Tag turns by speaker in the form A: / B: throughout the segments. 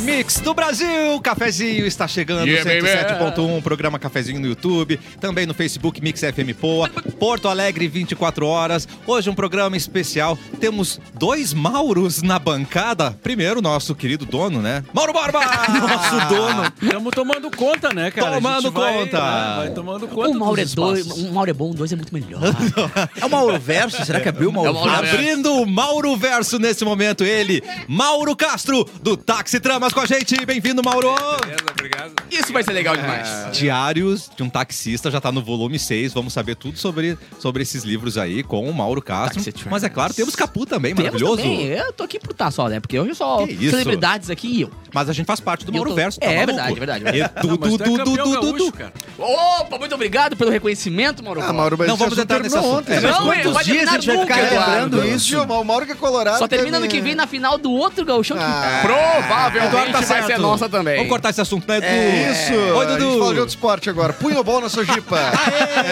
A: mix do Brasil. Cafezinho está chegando,
B: Yeah, baby.
A: 107.1, programa Cafezinho no YouTube, também no Facebook Mix FM Poa, Porto Alegre 24 horas. Hoje um programa especial. Temos dois Mauros na bancada. Primeiro, nosso querido dono, né? Mauro Borba! nosso dono.
C: Estamos tomando conta, né, cara? A gente
A: Tomando
C: vai,
A: conta.
C: né, vai tomando conta.
D: Um Mauro, é
C: dos
D: dois,
C: espaços.
D: um Mauro é bom, dois é muito melhor.
E: É o Mauroverso? Será que abriu o Mauroverso?
A: É Abrindo o Mauro Verso nesse momento, ele, Mauro Castro, do Táxi Tramas com a gente. Bem-vindo, Mauro!
B: Beleza, obrigado.
E: Isso vai ser legal demais.
A: É. Diários de um Taxista já tá no volume 6. Vamos saber tudo sobre, sobre esses livros aí com o Mauro Castro.
E: Taxi Tramas.
A: Mas é claro, temos Capu também,
D: Temos
A: maravilhoso.
D: também, Eu tô aqui por tá só, né? Porque hoje só
A: Que isso?
D: celebridades aqui e eu.
A: Mas a gente faz parte do
D: E eu
A: Mauro
D: tô-
A: Verso. tá
D: É,
A: maluco?
D: verdade, verdade, verdade.
A: E
C: Não, mas
A: du,
C: tu é
A: du, du,
C: campeão
A: du, du,
C: gaúcho,
A: du.
C: cara.
D: Opa, muito obrigado pelo reconhecimento, Mauro.
F: Ah, Mauro, mas
A: Não,
F: esse
A: vamos
F: assunto
A: entrar nesse
F: terminou
A: assunto.
F: ontem,
A: É,
F: né?
A: mas
D: Não, ele
A: quantos
D: vai
A: dias a
D: terminar
A: gente vai
D: nunca,
A: ficar
F: Lembrando
A: relembrando
F: isso, o Mauro que é colorado.
D: Só termina ano
F: também,
D: que vem
F: né?
D: na final do outro gauchão.
F: Ah,
E: Provavelmente vai ser
A: tá certo.
E: nossa também.
A: Vamos cortar esse assunto, né, Edu?
F: É isso.
A: Oi,
F: A gente fala de
A: Dudu.
F: outro esporte agora. Punho bom na sua jipa.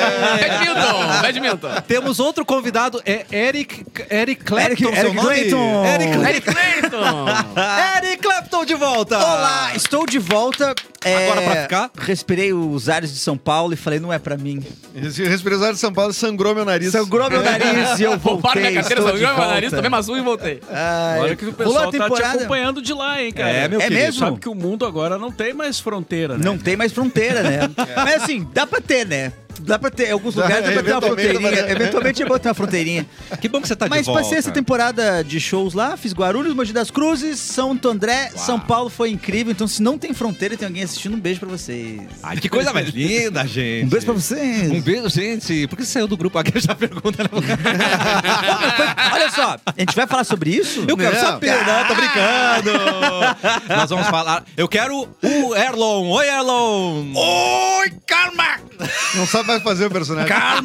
E: Badminton, badminton.
A: Temos outro convidado, é Eric, Eric Clapton,
E: Eric-
A: seu
E: Eric
A: nome?
E: Clapton.
A: Eric Clapton.
D: Eric Clayton!
A: Eric Clapton de volta!
E: Olá, estou de volta. É,
A: Agora pra ficar?
E: Respirei os ares de São Paulo e falei, não é pra mim.
F: Esse respirador de São Paulo sangrou meu nariz.
E: Sangrou meu nariz e eu
D: Roubaram
E: voltei,
D: minha carteira,
E: estou de
D: sangrou meu
E: volta.
D: nariz, tomei mais um e voltei.
E: Ai,
C: Olha que o
E: rolou
C: pessoal
E: a
C: tá te
E: temporada.
C: acompanhando de lá, hein, cara?
A: É, meu
E: É
A: querido.
E: mesmo?
C: Sabe que o mundo agora não tem mais fronteira, né?
E: Não tem mais fronteira, né? Mas assim, dá pra ter, né? Dá pra ter. Em alguns
F: Dá,
E: lugares dá pra ter uma
F: eventualmente dá pra-
E: fronteirinha. Eventualmente ia botar uma fronteirinha.
A: Que bom que você tá de
E: Mas
A: volta.
E: passei essa temporada de shows lá, fiz Guarulhos, Mogi das Cruzes, Santo André, São Paulo foi incrível. Então, se não tem fronteira e tem alguém assistindo, um beijo pra vocês.
A: Ai, que coisa mais linda, gente.
E: Um beijo pra vocês.
A: Um beijo, gente. Por que você saiu do grupo aqui? Eu já pergunta. né?
E: Ô, meu, foi- Olha só, a gente vai falar sobre isso?
A: Eu quero
F: Não.
A: saber,
E: né?
A: não, tô brincando. Nós vamos falar. Eu quero o Erlon. Oi, Erlon.
B: Oi, calma!
F: Não sabe mais fazer o personagem.
D: Vai na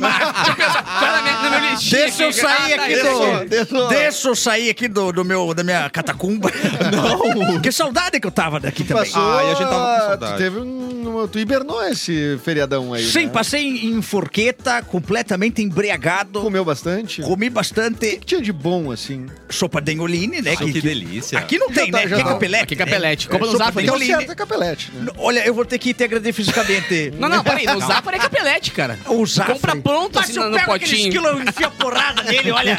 D: minha- na minha listinha
E: Deixa eu
D: aqui.
E: sair
D: Ah, tá,
E: aqui
D: isso
F: Deixa,
E: do.
F: deixa.
E: Deixa eu sair aqui do, do meu, da minha catacumba. Não! que saudade que eu tava daqui também.
F: Passou,
A: Ah, e a gente tava com saudade.
F: Tu teve um... Tu hibernou esse feriadão aí,
E: Sim,
F: né?
E: passei em em forqueta, completamente embriagado.
F: Comeu bastante? O
E: Comi bastante
F: que tinha de bom, assim?
E: sopa dengoline, né?
A: Ai, que delícia.
E: Aqui não tem,
F: tá-
E: né?
F: já
E: Aqui é
F: tá.
E: capelete.
D: Aqui é
E: né?
D: capelete. Como no
E: sopa
D: Zap,
F: Que é o
E: dengoline.
F: certo é capelete, né?
E: Olha, eu vou ter que te agradar fisicamente.
D: Não, não, peraí, no Zafra é capelete, cara.
E: O Zafra.
D: Compra pronto
E: Mas
D: assim
E: eu
D: no, no
E: pego aquele
D: potinho.
E: esquilo, eu enfio a porrada nele, olha.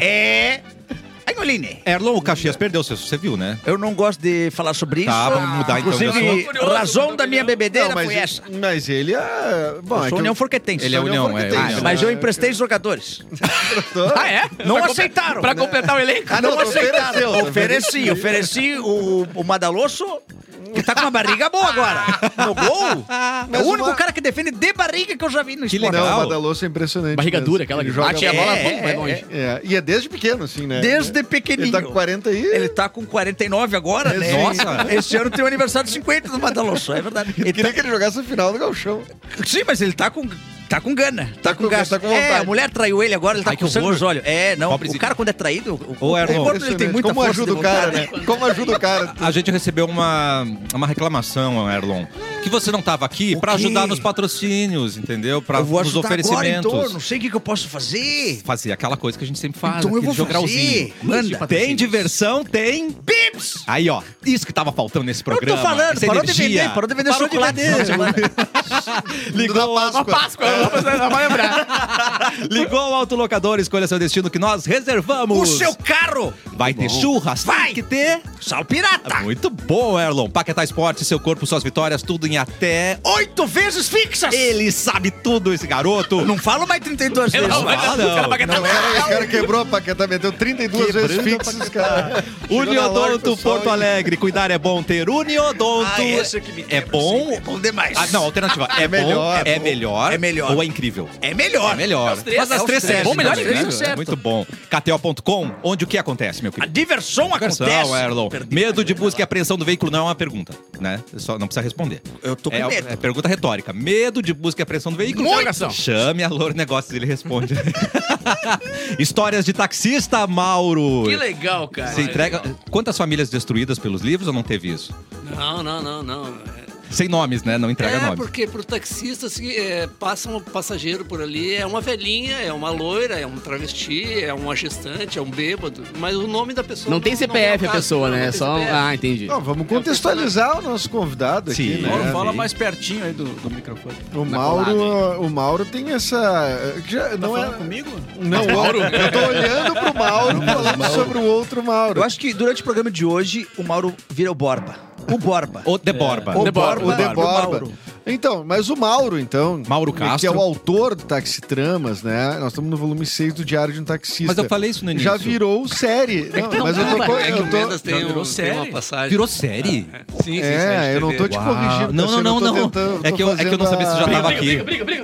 E: É... Angoline.
A: Erlon, o Caxias perdeu, você você viu, né?
E: Eu não gosto de falar sobre isso.
A: Tá, vamos mudar então de
E: Inclusive,
A: assunto.
E: a razão da minha bebedeira
F: Não, mas,
E: foi essa.
F: mas ele é... Bom, é
E: Eu
F: né?
E: sou
F: que
E: União
F: eu-
E: Forquetense.
A: Ele é
E: Sou
A: União,
E: União
A: é,
E: Forquetense.
A: União.
E: Ah, Mas eu emprestei os jogadores.
D: Ah, é?
E: Não
D: Pra com-
E: aceitaram.
D: Pra completar o elenco?
F: Ah, não, tu ofereceu. tu
E: Ofereci, ofereci o, o Madalosso, que tá com uma barriga boa agora. No gol. é
F: Mas
E: o único
F: uma-
E: cara que defende de barriga que eu já vi no
A: Que
E: esporte.
A: legal.
F: Não, o Badaloso é impressionante.
D: Barriga
F: mesmo.
D: dura, aquela
F: Ele
D: que
F: joga
D: bate e a bola
E: É,
D: pum, vai
E: é,
D: longe.
F: É, e é desde pequeno, assim, né?
E: Desde
F: Ele
E: pequenininho.
F: tá com 40 aí.
E: Ele tá com 49 agora, né?
A: Nossa.
E: Esse ano tem o aniversário de 50 do Madalosso, é verdade. Ele
F: Queria
E: tá-
F: que ele jogasse o final do galchão.
E: Sim, mas ele tá com... Tá com gana. Tá,
F: com
E: com
F: gana,
E: gasto.
F: tá com
E: é,
F: vontade.
E: a mulher traiu ele agora, ele tá
A: Ai, que
E: com sangue
A: horror.
E: nos olhos. É, não.
A: Pobrezinho.
E: o cara quando é traído... O,
A: Ô,
E: o,
A: Erlon.
E: corpo dele tem
F: Impressionante.
E: muita
F: Como
E: força
F: ajuda
E: de
F: o cara,
E: vontade.
F: né? Como ajuda o cara.
A: A gente recebeu uma, uma reclamação, Erlon, que você não tava aqui pra
E: quê?
A: ajudar nos patrocínios, entendeu? Pra
E: Eu vou
A: nos
E: ajudar agora,
A: oferecimentos.
E: então. Não sei o que, que eu posso fazer.
A: Fazer aquela coisa que a gente sempre faz,
E: Então eu
A: aquele
E: vou
A: jogralzinho.
E: fazer. Manda.
A: Tem diversão, tem
E: Pips!
A: Aí, ó, isso que tava faltando nesse
E: Eu
A: programa.
E: tô falando,
A: essa
E: parou
A: energia.
E: de vender, parou de vender
A: Parou
E: chocolate.
A: vender.
F: Ligou da Páscoa.
D: Páscoa, eu vou fazer- eu vou lembrar.
A: Ligou o autolocador, escolha seu destino que nós reservamos.
E: O seu carro,
A: Vai ter churras, vai
E: Vai. Tá.
A: que ter.
E: sal pirata.
A: Muito bom, Erlon. Paquetá Esporte, seu corpo, suas vitórias, tudo em até.
E: Oito vezes fixas.
A: Ele sabe tudo, esse garoto.
E: Eu Não falo mais 32 vezes.
A: não, mas-
E: Fala.
A: não.
D: Cara, vai-
F: Não, era, o cara quebrou a paqueta, meteu 32 vezes fixos, cara. Chegou na loja,
A: Uniodonto
F: pessoal,
A: Porto
F: e-
A: Alegre, cuidar é bom ter Uniodonto.
E: Ah, esse que me
A: é
E: quebra sempre,
A: bom.
E: É bom demais.
A: Ah, não, alternativa. É, bom,
F: melhor,
A: é
F: bom.
A: melhor.
E: É melhor.
A: Ou é incrível.
E: É melhor.
A: É melhor.
D: os três,
A: Mas
D: é
A: as
D: os
A: três
D: três.
A: séries.
D: Bom, melhor
A: também,
D: é isso,
A: né?
D: certo.
A: Muito bom. KTO.com, onde o que acontece, meu
E: A
A: querido?
D: Ah,
E: diversão
A: Diversão,
E: acontece.
A: Erlon.
E: Perdi.
A: Medo de busca e apreensão do veículo não é uma pergunta, né? Só não precisa responder.
E: Eu tô com
A: é,
E: medo.
A: É pergunta retórica. Medo de busca e apreensão do veículo?
D: Muita interrogação.
A: Chame a Louro Negócios, ele responde. Histórias de taxista, Mauro.
D: Que legal, cara.
A: Você entrega. Quantas famílias destruídas pelos livros ou não teve isso?
D: Não, não, não, não.
A: Sem nomes, né? Não entrega
G: É,
A: nomes.
G: porque pro taxista se, é, passa um passageiro por ali, é uma velhinha, é uma loira, é um travesti, é uma gestante, é um bêbado, mas o nome da pessoa...
D: Não tem
G: é o
D: CPF a
G: caso,
D: pessoa,
G: não
D: né?
G: tem
D: É só.
G: CPF.
D: Ah, entendi.
F: Não, vamos contextualizar o nosso convidado aqui,
A: Sim.
F: né?
C: Mauro, fala mais pertinho aí do, do microfone.
F: O
D: Na
F: Mauro,
D: colada,
F: o Mauro tem essa. que já-
C: Tá
F: não
C: falando
F: é.
C: comigo?
F: Não, Mauro. Eu tô olhando pro Mauro falando sobre o outro Mauro.
E: Eu acho que durante o programa de hoje, o Mauro vira o Borba. O Borba.
A: O de Borba.
F: O
D: De Borba.
F: O De
E: O
F: Borba.
E: Mauro.
F: Então, mas o Mauro, então.
A: Mauro
F: Que é
A: Castro.
F: o autor do Taxitramas, né? Nós estamos no volume 6 do Diário de um Taxista.
A: Mas eu falei isso no início.
F: Já virou série. Não, mas eu tô.
G: É que o
F: Eu tô
G: Mendes tem,
C: Já
G: um,
C: virou
G: tem uma
C: série?
D: É.
G: passagem.
A: Virou série? assim,
G: Sim, sim,
F: é,
G: série
F: eu
G: de
F: não tô
G: TV.
F: te
A: Uau.
F: corrigindo.
A: Ah, Não,
F: tá? Eu
A: não, não,
F: tô
A: não.
F: tentando-
A: É que eu- é que eu não sabia se já
F: fazendo a-
A: tava aqui.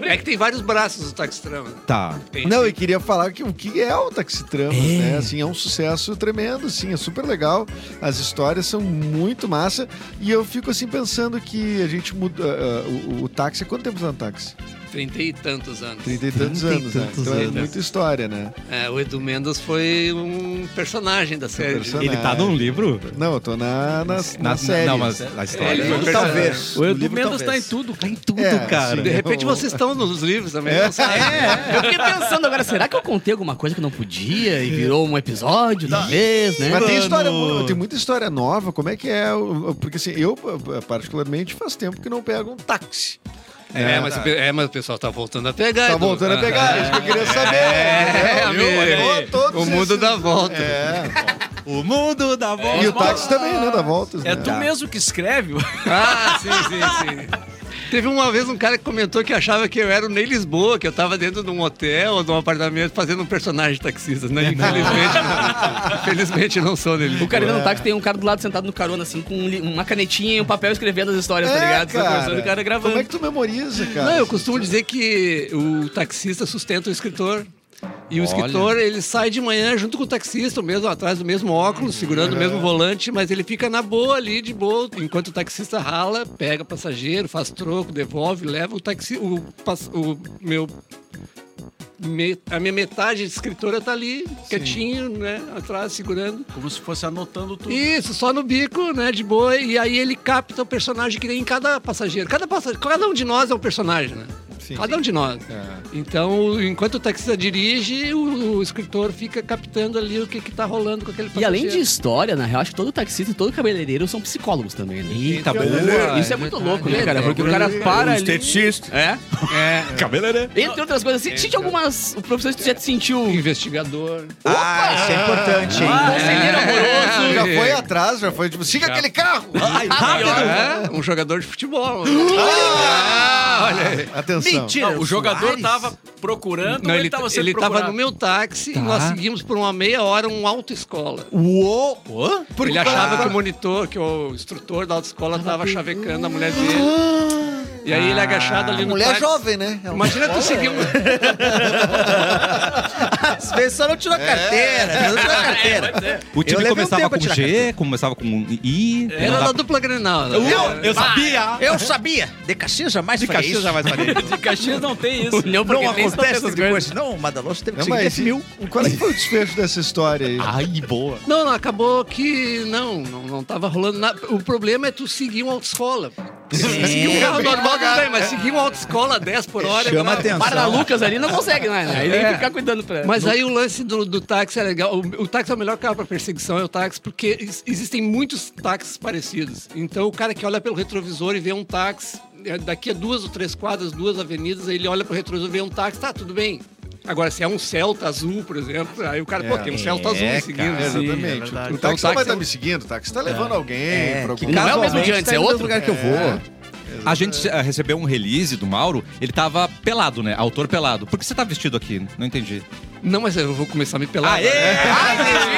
G: É que tem vários braços do taxitrama.
A: Tá.
G: Tem-
F: Não, eu queria falar que o que é o Taxitramas, né? Assim, é um sucesso tremendo, assim, é super legal. As histórias são muito massa. E eu fico assim pensando que a gente muda. ah, ah, o, o táxi, há quanto tempo tá no táxi?
G: Trinta e tantos anos.
F: Trinta e tantos
E: Trinta e
F: anos, né?
E: tantos
F: Então é
E: anos.
F: muita história, né?
G: É, o Edu Mendes foi um personagem da série.
F: personagem.
A: Ele tá num livro?
F: Não, eu tô na, na, na, É. série.
A: Não, mas a história. Então,
G: Ele-
E: Livro, talvez.
C: O Edu
E: Livro,
C: Mendes tá em
E: talvez.
C: tudo.
A: Tá em tudo,
F: É,
A: cara.
G: De repente vocês estão nos livros também. não sabe?
D: Eu fiquei pensando agora, será que eu contei alguma coisa que não podia e virou um episódio, talvez, né?
F: Mas tem história,
A: Mano.
F: tem muita história nova. Como é que é? o- o- Porque assim, eu particularmente faz tempo que não pego um táxi.
G: É, mas, o pe- é, mas o pessoal tá voltando a pegar.
F: Tá
G: Edu. Ah.
F: voltando a pegar, isso que eu queria saber.
G: É,
F: entendeu?
G: amigo.
F: Eu- todos
G: O mundo
F: esses-
G: dá volta.
F: É.
A: O mundo da volta.
F: E o táxi também, né? Dá voltas.
C: É
F: né?
C: tu mesmo que escreve?
G: Ah, sim, sim, sim. Teve uma vez um cara que comentou que achava que eu era o Ney Lisboa, que eu tava dentro de um hotel ou de um apartamento fazendo um personagem taxista, né? Infelizmente, não. Infelizmente não sou né? Ney
D: O
G: Lisboa.
F: É.
D: cara no táxi tem um cara do lado sentado no carona, assim, com um li- uma canetinha e um papel escrevendo as histórias, tá
F: É,
D: ligado? Você tá
F: cara.
D: conversando, o cara gravando.
F: Como é que tu memoriza, cara?
G: Não, eu costumo dizer que o taxista sustenta o escritor. E o escritor, ele sai de manhã junto com o taxista, o mesmo atrás do mesmo óculos, segurando o mesmo volante, mas ele fica na boa ali, de boa, enquanto o taxista rala, pega passageiro, faz troco, devolve, leva o taxi, o, pas- o meu me- a minha metade de escritora tá ali, quietinho, né, atrás segurando.
C: Como se fosse anotando tudo.
G: Isso, só no bico, né, de boa, e aí ele capta o personagem que tem em cada passageiro. Cada passageiro, cada um de nós é um personagem, né? Cada um de nós. Então, enquanto o taxista dirige, o, o escritor fica captando ali o que que tá rolando com aquele
D: E
G: passageiro.
D: além de história, na real, acho que todo taxista e todo cabeleireiro são psicólogos também, né?
A: Eita,
G: boa.
D: Isso é muito louco, né, cara? Porque o cara para ali... É.
A: Cabeleireiro.
D: Entre outras coisas, assim, sente algumas profissões que você já sentiu...
G: investigador.
E: Ah, isso é importante, hein?
F: ah,
D: Conselheiro amoroso.
F: Já foi atrás, já foi tipo, siga aquele carro!
G: É, um jogador de futebol.
F: É, Atenção.
E: Mentira.
C: Não, o jogador tava procurando
G: Não,
C: ou
G: ele,
C: ele tava sendo
G: ele tava
C: procurado?
G: no meu táxi
F: Tá.
G: e nós seguimos por uma meia hora um autoescola.
E: Uou!
G: Ele achava que o monitor, que o instrutor da autoescola tava chavecando a mulher dele. E aí ele é agachado ali no
F: Ah! Mulher
G: táxi.
F: jovem, É, né? É um-
G: Imagina tu seguir um...
E: Às vezes só não tirou carteira. às vezes Não tirou carteira.
A: O time
E: levei um
A: começava
E: tempo
A: com
E: pra tirar
A: G, começava com I.
D: É,
G: Era da dupla Grenal. né?
A: eu sabia!
E: Eu sabia. De Caxias jamais
A: De
E: faria
A: Caxias
E: isso.
A: jamais faria.
C: De Caxias não tem isso.
D: Não,
E: Não
D: porque nem
E: acontece
D: essas
E: essas
D: coisas.
E: coisas. Não, o Madaloso teve que
F: Não,
E: seguir
F: mas
E: 10 mil.
F: e- qual é que foi o desfecho dessa história aí?
D: Ah,
A: Ai, boa.
G: Não, não, acabou que não, não, não tava rolando nada. O problema é tu seguir uma autoescola.
F: é
G: Seguir um carro normal tudo bem, mas seguir uma autoescola a 10 por hora... é
E: Chama
G: brabo.
E: atenção.
D: Para na Lucas ali não consegue, né? Aí ele tem que
F: É.
C: Tá
D: ficar cuidando pra...
G: Mas aí o lance do, do táxi é legal. O, o táxi é o melhor carro para perseguição, é o táxi, porque ex- existem muitos táxis parecidos. Então o cara que olha pelo retrovisor e vê um táxi, é, daqui a duas ou três quadras, duas avenidas, aí ele olha pro retrovisor e vê um táxi, tá, tudo bem. Agora, se é um Celta azul, por exemplo, aí o cara,
D: É,
G: pô, tem um Celta azul me seguindo.
F: É, exatamente.
D: Então,
E: verdade.
F: o táxi não vai
G: táxi-
F: estar me seguindo, o táxi tá levando alguém pra algum
D: Não é o mesmo
E: Casualmente,
D: de antes,
E: tá
D: é
E: indo
D: outro É.
E: no lugar que eu vou.
A: A gente eh, recebeu um release do Mauro, ele tava pelado, né? Autor pelado. Por que você tá vestido aqui? Não entendi.
G: Não, mas eu vou começar a me
D: Ah,
G: pelar.
A: Aê! Ah,
G: agora, né?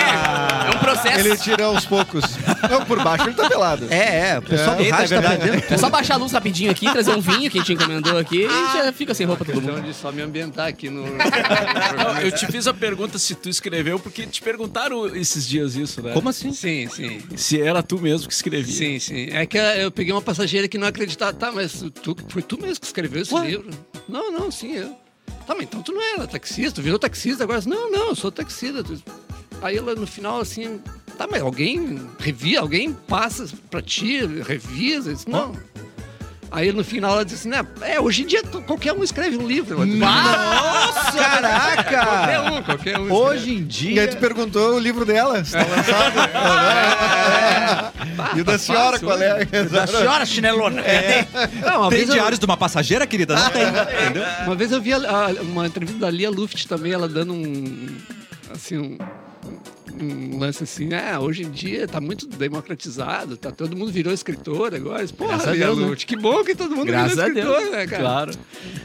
D: É um processo.
F: Ele tira aos poucos. Não, por baixo ele tá pelado.
E: É, é. O pessoal do
A: Eita,
E: rádio
A: é
E: tá vendendo.
D: É só baixar a luz rapidinho aqui, trazer um vinho que a gente encomendou aqui e já fica sem roupa todo mundo.
G: É Questão de só me ambientar aqui no.
C: Não, Eu te fiz a pergunta se tu escreveu, porque te perguntaram esses dias isso, né?
A: Como assim?
G: Sim, sim.
C: Se era tu mesmo que escrevia.
G: Sim, sim. É que eu peguei uma passageira que não acreditava. Tá, mas tu, foi tu mesmo que escreveu esse livro? Não, não, sim, eu. Tá, mas então tu não era taxista, tu virou taxista agora. Não, não, eu sou taxista. Tu- Aí ela no final assim, tá, mas alguém revia, alguém passa pra ti, revisa? Eu disse, não. Aí no final ela disse assim, né? É, hoje em dia to- qualquer um escreve um livro.
E: Nossa,
G: Qualquer
E: caraca!
G: um, qualquer um. escreve.
E: Hoje em
F: E aí
E: dia.
F: tu perguntou o livro dela, se tá lançado.
D: É.
F: Tá, né? E o
D: Tá
F: da senhora, qual é?
D: né?
E: Senhora chinelona!
G: Ah, uma
A: Tem
G: vez eu-
A: diários de uma É. passageira, querida? Não tem, entendeu?
G: Uma vez eu vi a- a- uma entrevista da Lia Luft também, ela dando um. Assim, um, um lance assim, ah, hoje em dia tá muito democratizado, tá, todo mundo virou escritor agora. Porra,
D: Graças a
G: Lia
D: Deus, né?
G: Luft, que bom que todo mundo
D: Graças
G: virou
D: a
G: escritor,
D: Deus.
G: né, cara?
D: Claro.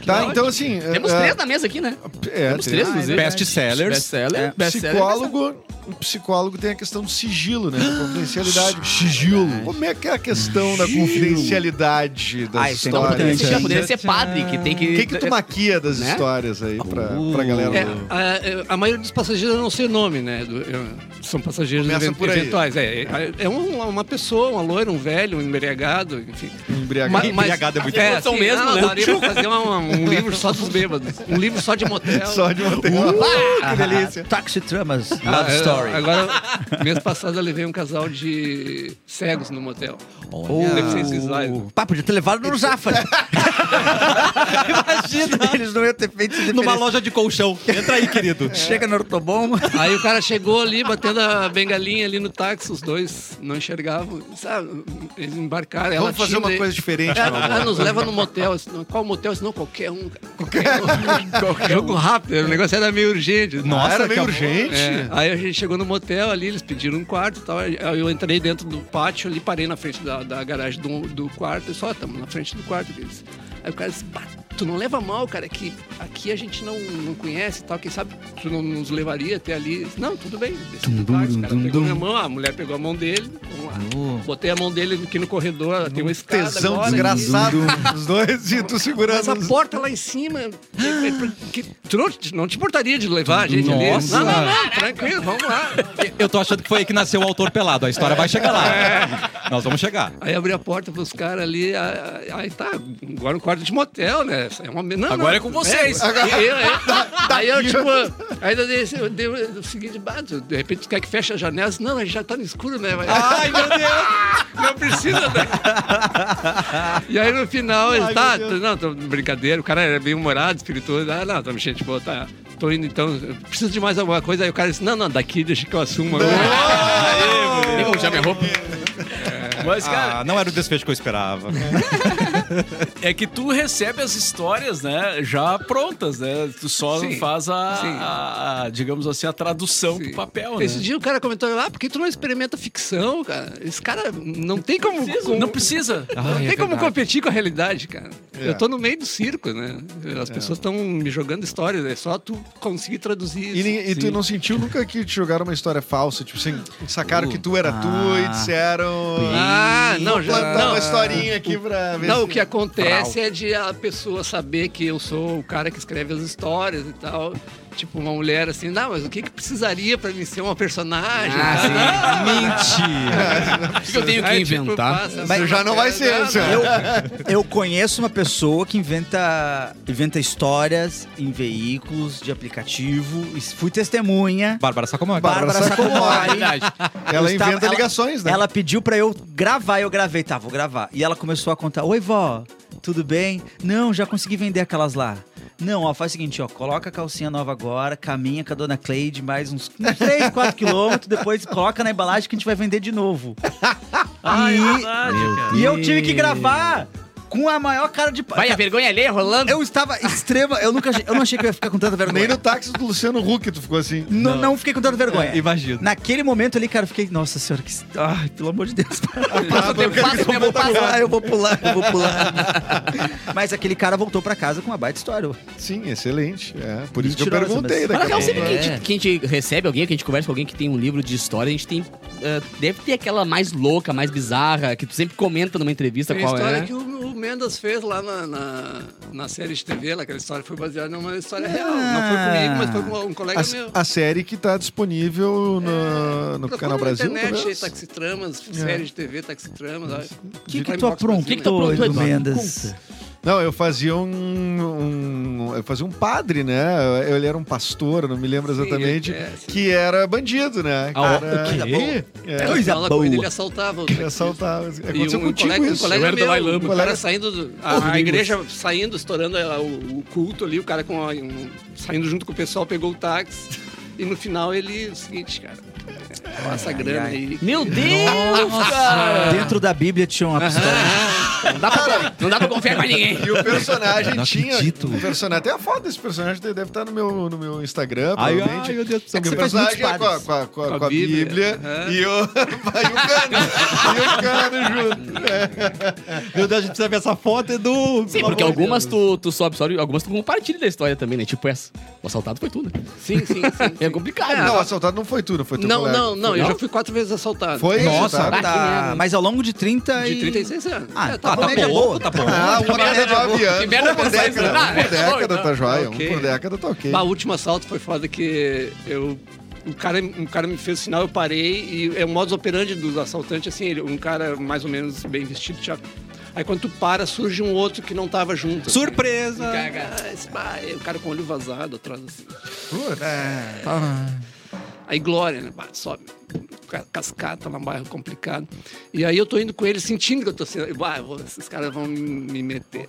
F: Tá, então assim.
D: Temos
F: é,
D: três na mesa aqui, né?
F: é,
D: Temos três, inclusive.
A: Best-sellers.
D: Best-seller.
E: É.
D: best-seller,
F: Psicólogo, o psicólogo tem a questão do sigilo, né? Da confidencialidade. Sigilo. Como é que é a questão da confidencialidade das
E: Ah, isso é
D: Não,
F: histórias?
D: poderia
E: Olha,
D: ser,
E: gente.
D: poderia ser padre, que tem que...
F: O que, que tu maquia das
D: Né?
F: histórias aí pra, pra
G: É,
F: galera? do-
G: a, a maioria dos passageiros eu não sei o nome, né? do- eu- são passageiros
F: Começa
G: event-
F: por aí.
G: eventuais. É, é, é um- uma pessoa, uma loira, um velho, um embriagado, enfim.
F: Embriagado.
A: Embriagado é muito
G: é,
D: bom.
G: assim,
D: Mesmo,
G: mesmo,
D: né?
G: daria pra fazer uma- um livro só dos bêbados. Um livro só de motel.
F: Só de uma que delícia.
E: Toxic Tramas,
G: Ah,
E: Love
G: é,
E: Story.
G: Agora, mês passado eu levei um casal de cegos no motel. Deficiência visual.
E: O... Pá, podia ter levado no Zafari. Imagina! Eles não iam ter feito isso
A: Numa loja de colchão. Entra aí, querido.
E: Chega no Ortobom.
G: Aí o cara chegou ali, batendo a bengalinha ali no táxi, os dois não enxergavam. Sabe? Eles embarcaram. ela
F: Vamos fazer
G: tinha um
F: uma
G: de-
F: coisa diferente. meu amor.
G: Ah, nos leva no motel. Eu disse, "Não, Qual motel? Senão qualquer um. cara. Qualquer um. Jogo rápido. O negócio era meio urgente.
A: Nossa,
F: era meio
A: acabou.
F: urgente.
G: É, aí a gente chegou no motel ali, eles pediram um quarto e tal. Aí eu entrei dentro do pátio ali, parei na frente da, da garagem do, do quarto e só, estamos na frente do quarto deles. Aí o cara disse, "Bah, tu não leva mal, cara, que aqui a gente não, não conhece e tal, quem sabe tu não nos levaria até ali. Eu disse, Não, tudo bem. Desci do táxi, o cara pegou minha mão, a mulher pegou a mão dele, vamos lá. Botei a mão dele aqui no corredor, tem uma escada
F: Tesão
G: agora. né?
F: desgraçado. Os dois e tu
G: Mas
F: segurando.
G: a
F: os-
G: porta lá em cima. é- é- que- tu não, te- não te importaria de levar a gente ali?
A: Nossa.
G: Não, não, não, tranquilo, vamos lá.
A: Eu tô achando que foi aí que nasceu o autor pelado. A história vai chegar lá. Nós vamos chegar.
G: Aí abri a porta pros caras ali, aí, aí tá, agora um quarto de motel, né? É uma, não,
C: Agora
G: não,
C: é com vocês.
G: Aí eu, aí- é. aí eu, tipo, aí eu dei, esse- eu dei o seguinte, bah, tu- de repente tu quer que feche a janela? Eu disse, Não, mas já tá no escuro, né? Vai-
A: Ai, meu Deus.
G: Não precisa, né? E aí no final ele tá, tu- não, tô brincadeira, o cara era bem humorado, espirituoso, ah, não, tá me gente boa, tá. Tô indo então, eu preciso de mais alguma coisa. Aí o cara disse, não, não, daqui deixa que eu assumo agora.
D: Eu já me roupa.
C: Mas, cara,
A: Ah, não era o desfecho que eu esperava.
C: é que tu recebe as histórias, né, já prontas, né? Tu só
G: Sim.
C: faz a,
G: Sim.
C: a- a- digamos assim, a tradução
G: Sim.
C: pro
D: É
C: papel, né?
G: Esse dia o cara comentou, ah, por que tu não experimenta ficção, cara? Esse cara não tem como. como-
D: né?
C: Não precisa.
D: Ah, é
G: Não tem como competir com a realidade, cara.
F: É.
G: Eu tô no meio do circo, né? As
D: É.
G: pessoas estão me jogando histórias, é só tu conseguir traduzir isso.
F: E, nem- e tu não sentiu nunca que te jogaram uma história falsa? Tipo assim, sacaram que tu era tu e disseram.
G: Ah, não,
F: Vou
G: já.
F: plantar uma
G: Não,
F: historinha aqui pra ver
G: não,
F: se-
G: o que acontece é de a pessoa saber que eu sou o cara que escreve as histórias e tal. Tipo, uma mulher assim, não, mas o que, que precisaria pra mim ser uma personagem?
A: Mentira.
D: O que que Ah, eu tenho que
G: Aí, tipo,
D: inventar?
G: passa-
F: Mas já não vai ser,
G: Não, não,
F: senhor.
E: Eu, eu conheço uma pessoa que inventa, inventa histórias em veículos de aplicativo. e Fui testemunha.
A: Bárbara Sacomori.
E: Bárbara Sacomori.
F: Ela
E: Eu estava-
F: inventa ligações, né?
E: Ela pediu pra eu gravar, eu gravei, tá, vou gravar. E ela começou a contar: Oi, vó, tudo bem? Não, já consegui vender aquelas lá. Não, ó, faz o seguinte, ó, coloca a calcinha nova agora, caminha com a dona Cleide mais uns 3, 4 quilômetros, depois coloca na embalagem que a gente vai vender de novo. e, e eu tive que gravar com a maior cara de... pa-
D: Vai, a vergonha alheia rolando.
E: Eu estava extrema, eu nunca, eu não achei que eu ia ficar com tanta
F: Nem
E: vergonha.
F: no táxi do Luciano Huck tu ficou assim.
E: Não, É, não. fiquei com
A: é?
E: tanta vergonha.
A: Imagino.
E: Naquele momento ali, cara, eu fiquei, nossa senhora, que. Ai, pelo amor de Deus.
F: Ah,
D: Passa o tempo, passa o tempo,
E: vou
D: passa.
E: pular, eu vou pular, eu vou pular. Mas aquele cara voltou pra casa com uma baita história.
F: Sim, excelente. É, por isso que eu
E: Mentirosa,
F: perguntei
E: mas-
F: daqui
D: Mas não,
F: a pouco.
D: sempre que a,
E: É.
D: gente, que a gente recebe alguém, que a gente conversa com alguém que tem um livro de história, a gente tem. eh, deve ter aquela mais louca, mais bizarra, que tu sempre comenta numa entrevista
G: Tem a
D: qual
G: história
D: é.
G: que o, o Mendes fez lá na, na, na série de TV, lá, aquela história foi baseada numa história real. Não foi comigo, mas foi com um colega meu. É.
F: A, a série que tá disponível no, no
G: Procura
F: canal
G: na
F: Brasil.
G: internet, aí,
F: talvez.
G: taxitramas, série de TV, taxitramas. ó.
E: O que,
G: Digital
E: que tu
G: Inbox Brasil.
E: aprontou,
D: que tu aprontou,
E: Edu
D: Eduardo?
E: Mendes?
F: Não, eu fazia um, um- Eu fazia um padre, né? Eu- Ele era um pastor, eu não me lembro exatamente.
G: é, sim.
F: que era bandido, né? Que
D: Ah,
F: era-
D: o quê?
F: É,
G: no final da corrida
E: boa.
G: ele assaltava. os
F: que assaltava.
G: E
F: Aconteceu
G: um,
F: é contigo
G: colega, um
F: isso.
G: colega
C: Eu era
G: meu,
C: Dalai Lama.
G: um
F: Colega-
G: cara saindo, do- a, a igreja saindo, estourando a- o, o culto ali, o cara com a- um- saindo junto com o pessoal, pegou o táxi. E no final ele, é o seguinte, cara, passa a grana aí.
D: Meu Deus, cara!
E: Dentro da Bíblia tinha uma pistola.
D: Não dá, pra, não dá pra confiar mais ninguém.
F: E o personagem
A: Não
F: tinha.
A: acredito.
F: O personagem, tem a foto desse personagem, deve estar no meu, no meu Instagram,
A: Ai,
F: provavelmente.
A: ai, meu Deus do céu.
F: É que o
E: Você faz muitos
F: personagem é com a,
E: quadros.
F: com a- com a-
G: Com a
F: com a Bíblia,
G: Bíblia, aham.
F: e, o, e o cano. e o cano junto.
A: Meu Deus, a gente precisa ver essa foto, Edu. Tá
D: Sim,
A: Pelo
D: porque
A: amor de
D: algumas
A: Deus.
D: tu, tu sobe, sobe, algumas tu compartilha da história também, né? Tipo essa. O assaltado foi tu, né?
G: Sim, sim, sim.
D: É complicado. né?
F: Não, o assaltado não foi tu, não foi teu
G: Não,
F: colega.
G: não, não, eu
D: Não?
G: já fui quatro vezes assaltado.
F: Foi esse,
E: Nossa,
F: tá?
E: tá. Mas ao longo de 30
G: De
E: e-
G: 36 anos.
E: Ah,
G: É,
E: tá,
G: bom.
E: bom, tá boa. Tá bom.
F: Ah, um a cada nove anos.
D: Que merda
F: um por
D: pensar isso,
F: década,
D: né?
F: um por
D: Ah, é,
F: década
D: foi,
F: tá joia.
G: ok.
F: Um por década tá ok.
G: Bah, o último assalto foi foda que eu. Um cara, um cara me fez sinal, eu parei e é o modus operandi dos assaltantes, assim, ele, um cara mais ou menos bem vestido, tchau. Aí quando tu para, surge um outro que não tava junto. assim.
A: Surpresa!
G: Ah, esse- bah, é o cara com o olho vazado atrás assim. Aí Glória, né? Bah, sobe. Ca- Cascata lá, um bairro complicado. E aí eu tô indo com ele sentindo que eu tô sendo. Bah, eu vou- esses caras vão me- me meter.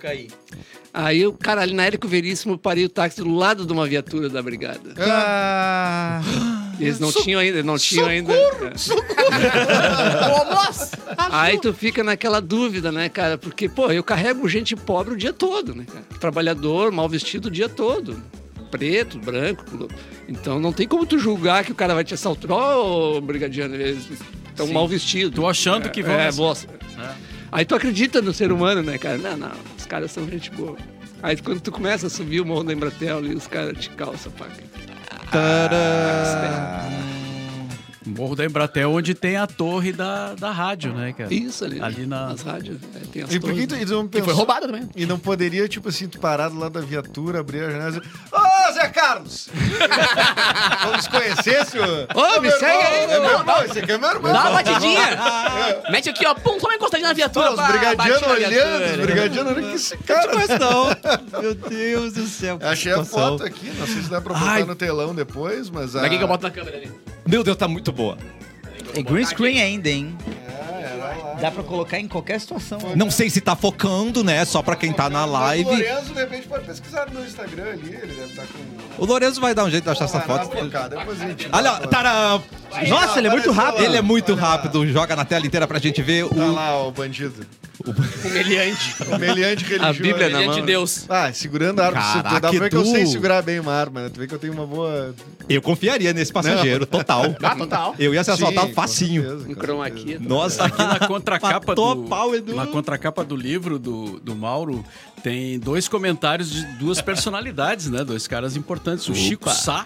G: Aí eu, cara, ali na Érico Veríssimo, eu parei o táxi do lado de uma viatura da brigada.
F: É.
E: Ah,
G: E Eles não tinham ainda, não tinham ainda. é. Aí tu fica naquela dúvida, né, cara? Porque, pô, eu carrego gente pobre o dia todo, né, cara? Trabalhador, mal vestido o dia todo. Preto, branco. tudo. Então não tem como tu julgar que o cara vai te assaltar. Ó, brigadiano, eles estão mal vestidos.
C: Tô achando que vão
G: É,
C: nessa.
G: bosta. Aí tu acredita no ser humano, né, cara? Não, não, os caras são gente boa. Aí quando tu começa a subir o Morro da Embratel ali, os caras te calçam, pá.
C: Morro da Embratel, onde tem a torre da, da rádio, né, cara?
G: Isso ali.
C: Ali na-
G: nas rádios. é, tem as
F: E por que
G: torres,
F: tu,
G: né?
F: e tu não
D: E foi
F: pensou-
D: roubada também.
F: E não poderia, tipo assim, tu parar do lado da viatura, abrir a janela e dizer: Ô, Zé Carlos! Vamos conhecer, senhor?
G: Ô, me
F: meu
G: segue
F: irmão,
G: aí,
F: É meu irmão, esse aqui é meu irmão.
D: Dá uma batidinha. Mete aqui, ó. Pum, só uma encostadinha na viatura.
F: Pô, os
D: pá,
F: brigadianos
D: bate na
F: olhando, os
D: viatura. né?
F: brigadianos olhando. Que esse cara.
A: Mas não. Meu Deus do céu. que
E: assim,
F: Achei a
A: situação.
F: foto aqui, não sei se dá pra botar
A: Ai.
F: no telão depois, mas. A...
D: Daqui que eu boto na câmera ali.
A: Meu Deus, tá muito boa.
E: é green screen ainda, hein? É, Dá pra colocar em qualquer situação.
A: Não sei se tá focando, né? Só pra quem tá na
F: O
A: live.
F: Lorenzo, de repente, pode pesquisar no Instagram ali, ele deve estar com.
A: O Lorenzo vai dar um jeito de achar essa foto. Olha, tá ó, taram!
E: Nossa, ele é muito rápido.
A: Ele é muito rápido, joga na tela inteira pra gente ver.
F: Tá
A: O...
F: lá, ó, o bandido.
D: Humilhante.
F: O meliante religioso.
G: A Bíblia na
D: Humilhante
G: mão.
D: de
G: né?
D: Deus.
F: Ah, segurando a arma.
A: Caraca,
F: Caraca, dá pra ver que eu
A: Edu.
F: sei segurar bem uma arma, né? Tu vê que eu tenho uma boa.
A: Eu confiaria nesse passageiro, total.
D: Ah, total.
A: Eu ia ser assaltado
F: Sim, com
A: tá facinho.
F: certeza,
G: Um
F: com né?
G: crão
F: certeza.
G: aqui.
A: Nossa,
C: Aqui na contracapa
A: Matou
C: do
A: pau, Edu.
C: na contracapa do livro do, do Mauro tem dois comentários de duas personalidades, né? Dois caras importantes, o Chico Sá,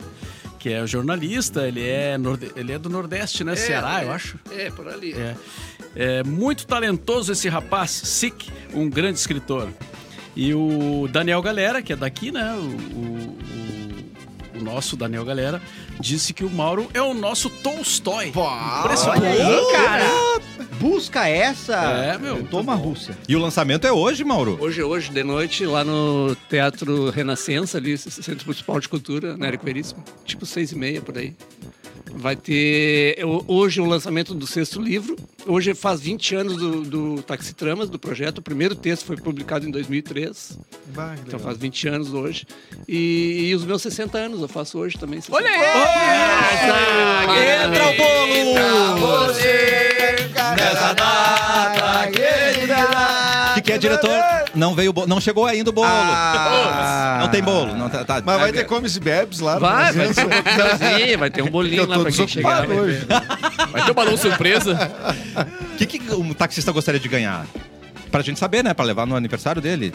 C: que é jornalista, ele é norde- ele é do Nordeste, né? Ceará, eu acho.
G: É, por ali.
C: É. É muito talentoso esse rapaz, Sick, um grande escritor. E o Daniel Galera, que é daqui, né? O, o- o- o nosso Daniel Galera, disse que o Mauro é o nosso Tolstói. Impressionante.
E: Olha aí, cara. Busca essa.
C: É, meu.
E: Toma Rússia.
A: E o lançamento é hoje, Mauro?
G: Hoje, hoje, de noite, lá no Teatro Renascença, ali, Centro Municipal de Cultura, na Érico Veríssimo, tipo seis e meia, por aí. Vai ter eu- hoje o lançamento do sexto livro. Hoje faz 20 anos do, do Taxi Tramas, do projeto. O primeiro texto foi publicado em 2003,
F: Bah, que
G: então
F: legal.
G: faz 20 anos hoje. E, e os meus 60 anos eu faço hoje também. 60.
D: Olha aí!
A: Entra o bolo! Que que é, diretor? Não veio o bolo. Não chegou ainda o bolo.
E: Ah.
A: Não tem bolo. Não, tá, tá.
F: Mas vai ter comes e bebes lá. no
G: Vai, vai
F: Brasil.
G: ter um coquetelzinho, vai ter um bolinho
F: Eu
G: lá
F: tô
G: pra quem
F: desocupado
G: chegar. vai ter.
F: hoje.
D: Vai ter um balão surpresa.
A: O que, que um taxista gostaria de ganhar? Pra gente saber, né? Pra levar no aniversário dele.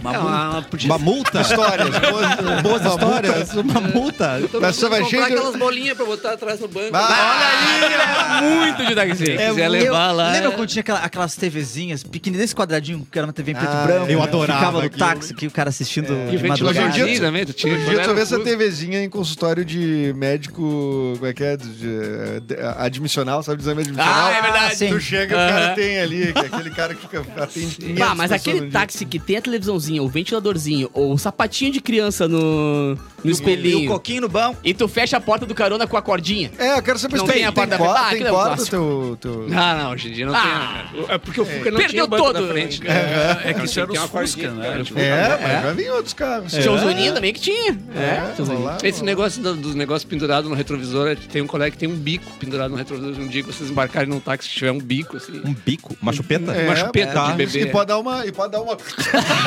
E: Uma
G: É,
E: multa.
G: uma- podia-
A: Uma multa?
F: Histórias. boas-
A: Boas
F: uma
A: histórias?
F: multa.
A: Uma multa?
G: Então,
F: Mas só vai
G: comprar
F: cheio de-
G: aquelas bolinhas pra botar atrás no banco.
F: Ah, olha aí!
D: Muito de taxista.
G: Se quiser
E: eu-
G: levar lá.
E: É Lembra quando tinha aquela- aquelas TVzinhas pequenininhas, desse quadradinho que era uma TV em preto
F: Ah,
E: e branco?
A: eu
E: né?
A: adorava
E: Ficava no
A: aquilo.
E: táxi, que o cara assistindo
G: Que
E: de
G: vem de
F: Hoje em
E: madrugada.
F: dia-
G: Hoje também, tu tinha.
F: Hoje em dia tu
G: era
F: vê essa
G: tudo.
F: TVzinha em consultório de médico. Como é que é? De- de- de- admissional, sabe? Exame admissional.
D: Ah, é
E: verdade.
F: Tu
E: sim.
F: chega, o cara tem ali, que é aquele cara que fica atendendo.
D: Bah, mas aquele táxi que tem a televisãozinha, o ventiladorzinho, ou o sapatinho de criança no, no
E: E o
D: espelhinho.
E: coquinho no banco.
D: E tu fecha a porta do carona com a cordinha.
F: É, eu quero saber
D: Não
F: se
D: tem a parte da
F: corda,
D: frente. Ah,
F: tem
D: aquilo é um
F: corda
D: clássico.
F: teu. teu...
G: Ah, não, hoje em dia não
D: Ah.
G: tem. É porque o Fuca não tinha
D: Perdeu
G: o banco
D: todo.
G: da frente. né?
C: É, é que isso
G: Tem
C: era
G: que ter
D: um
C: os
G: uma
C: Fusca,
G: cordinha,
C: né?
G: cara,
C: Era o
G: tipo,
C: Fusca.
F: É, mas já vem outros carros.
D: É. Tiozoninho também que tinha. É,
F: É,
D: tiozoninho.
F: lá,
G: Esse negócio do- dos negócios pendurados no retrovisor, é- tem um colega que tem um bico pendurado no retrovisor. Um dia que vocês embarcarem num táxi, tiver um bico, assim.
A: Um bico? Uma chupeta?
F: É,
G: Uma chupeta
A: tá.
G: de bebê.
F: E pode dar uma. E pode dar uma.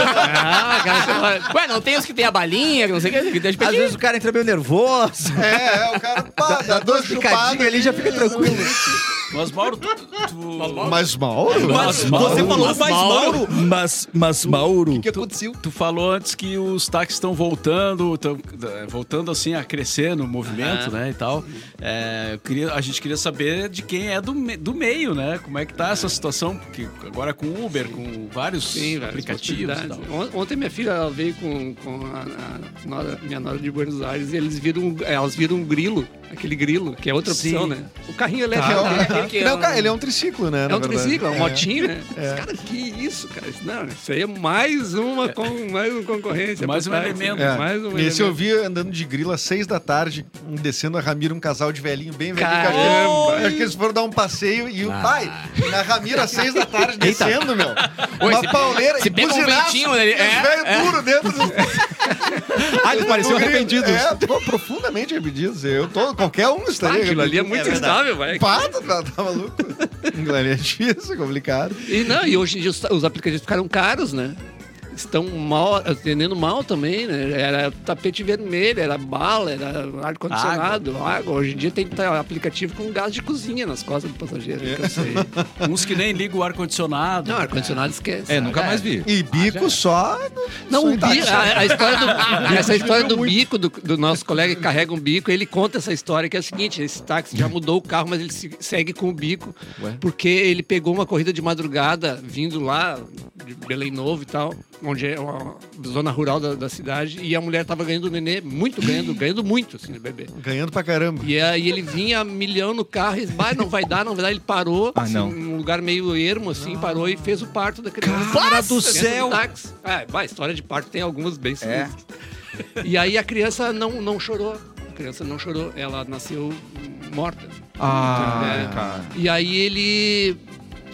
G: Ah, cara, você vai-
D: Ué, não tem os que tem a balinha, que não sei o que, que tem os
E: Às vezes o cara entra meio nervoso.
F: É, é, o cara pá, dá duas chupadas.
E: Picadinho ali já fica tranquilo.
C: Mas, Mauro, tu- tu-
F: Mas mal?
A: Mas você falou mais Mauro?
E: Mas, mas Mauro.
F: que aconteceu?
C: Tu falou antes que os táxis estão voltando, tão, eh, voltando assim a crescer no movimento, né, e tal. É, eu queria- a gente queria saber de quem é do, me- do meio, né? Como é que tá essa situação? Porque agora com Uber, com vários
G: Sim, várias
C: aplicativos e tal.
G: possibilidades. On- Ontem minha filha ela veio com, com a, a nora- minha nora de Buenos Aires e eles viram, elas viram um grilo, aquele grilo, que é outra opção,
C: Sim.
G: né? O carrinho
F: Tá,
G: elétrico
F: tá.
G: é aquele que é
F: Não,
G: um-
F: cara, ele é um triciclo, né?
G: é
F: na
G: um
F: verdade.
G: triciclo, é um
F: É.
G: motinho, né? Os caras, que isso, cara? Isso, Não, isso aí é mais uma, con- mais uma concorrência.
C: Mais um
G: pra trás,
C: elemento.
G: né?
F: É.
G: Mais um
F: e esse eu
G: elemento.
F: vi andando de grilo às seis da tarde, descendo a Ramiro, um casal de velhinho bem velhinho. que acho que-
G: Caramba!
F: Acho que eles foram dar um passeio e o
D: Ah.
F: pai, na Ramiro às seis da tarde, descendo, meu.
D: Oi,
F: uma
D: se-
F: pauleira
D: se
F: e
D: pega um
F: buzinaço,
D: ventinho, né? Ele-
F: e os
D: é,
F: velhos duro dentro do,
A: Ah, eles pareciam
F: do grilo.
A: arrependidos.
F: É, pô, profundamente arrependidos. Eu tô, qualquer um
G: Ah,
F: estaria.
G: aquilo ali é
F: arrependido.
G: muito instável, vai.
F: Pá, tá, tá maluco? Aquilo ali é difícil, é complicado.
G: E, não, e hoje em dia os, os aplicativos ficaram caros, né? Estão mal, atendendo mal também, né? Era tapete vermelho, era bala, era ar-condicionado, água. Hoje em dia tem tá, aplicativo com gás de cozinha nas costas do passageiro. que eu sei.
C: Uns que nem ligam o ar-condicionado.
G: Não, ar-condicionado esquece.
A: É, nunca mais vi.
F: E bico
D: Ah,
F: só.
G: Não,
F: só
G: o
F: em táxi.
G: bico, a, a história do, essa história do bico, do, do nosso colega que carrega um bico, ele conta essa história que é o seguinte, esse táxi já mudou o carro, mas ele se- segue com o bico, porque ele pegou uma corrida de madrugada, vindo lá de Belém Novo e tal, onde é uma zona rural da, da cidade, e a mulher tava ganhando nenê, muito ganhando, ganhando muito, assim, no bebê.
F: Ganhando pra caramba.
G: E aí ele vinha milhão no carro e disse, "Bah, não vai dar, não vai dar. Ele parou
A: Ah,
G: assim,
A: não.
G: num lugar meio ermo, assim, parou e fez o parto da criança.
A: Cara do
G: Dentro
A: céu! É.
G: táxi. Ah, bah, história de parto tem algumas bem sinistras. E aí a criança não, não chorou. A criança não chorou, ela nasceu morta.
A: Ah,
G: É.
A: cara.
G: E aí ele.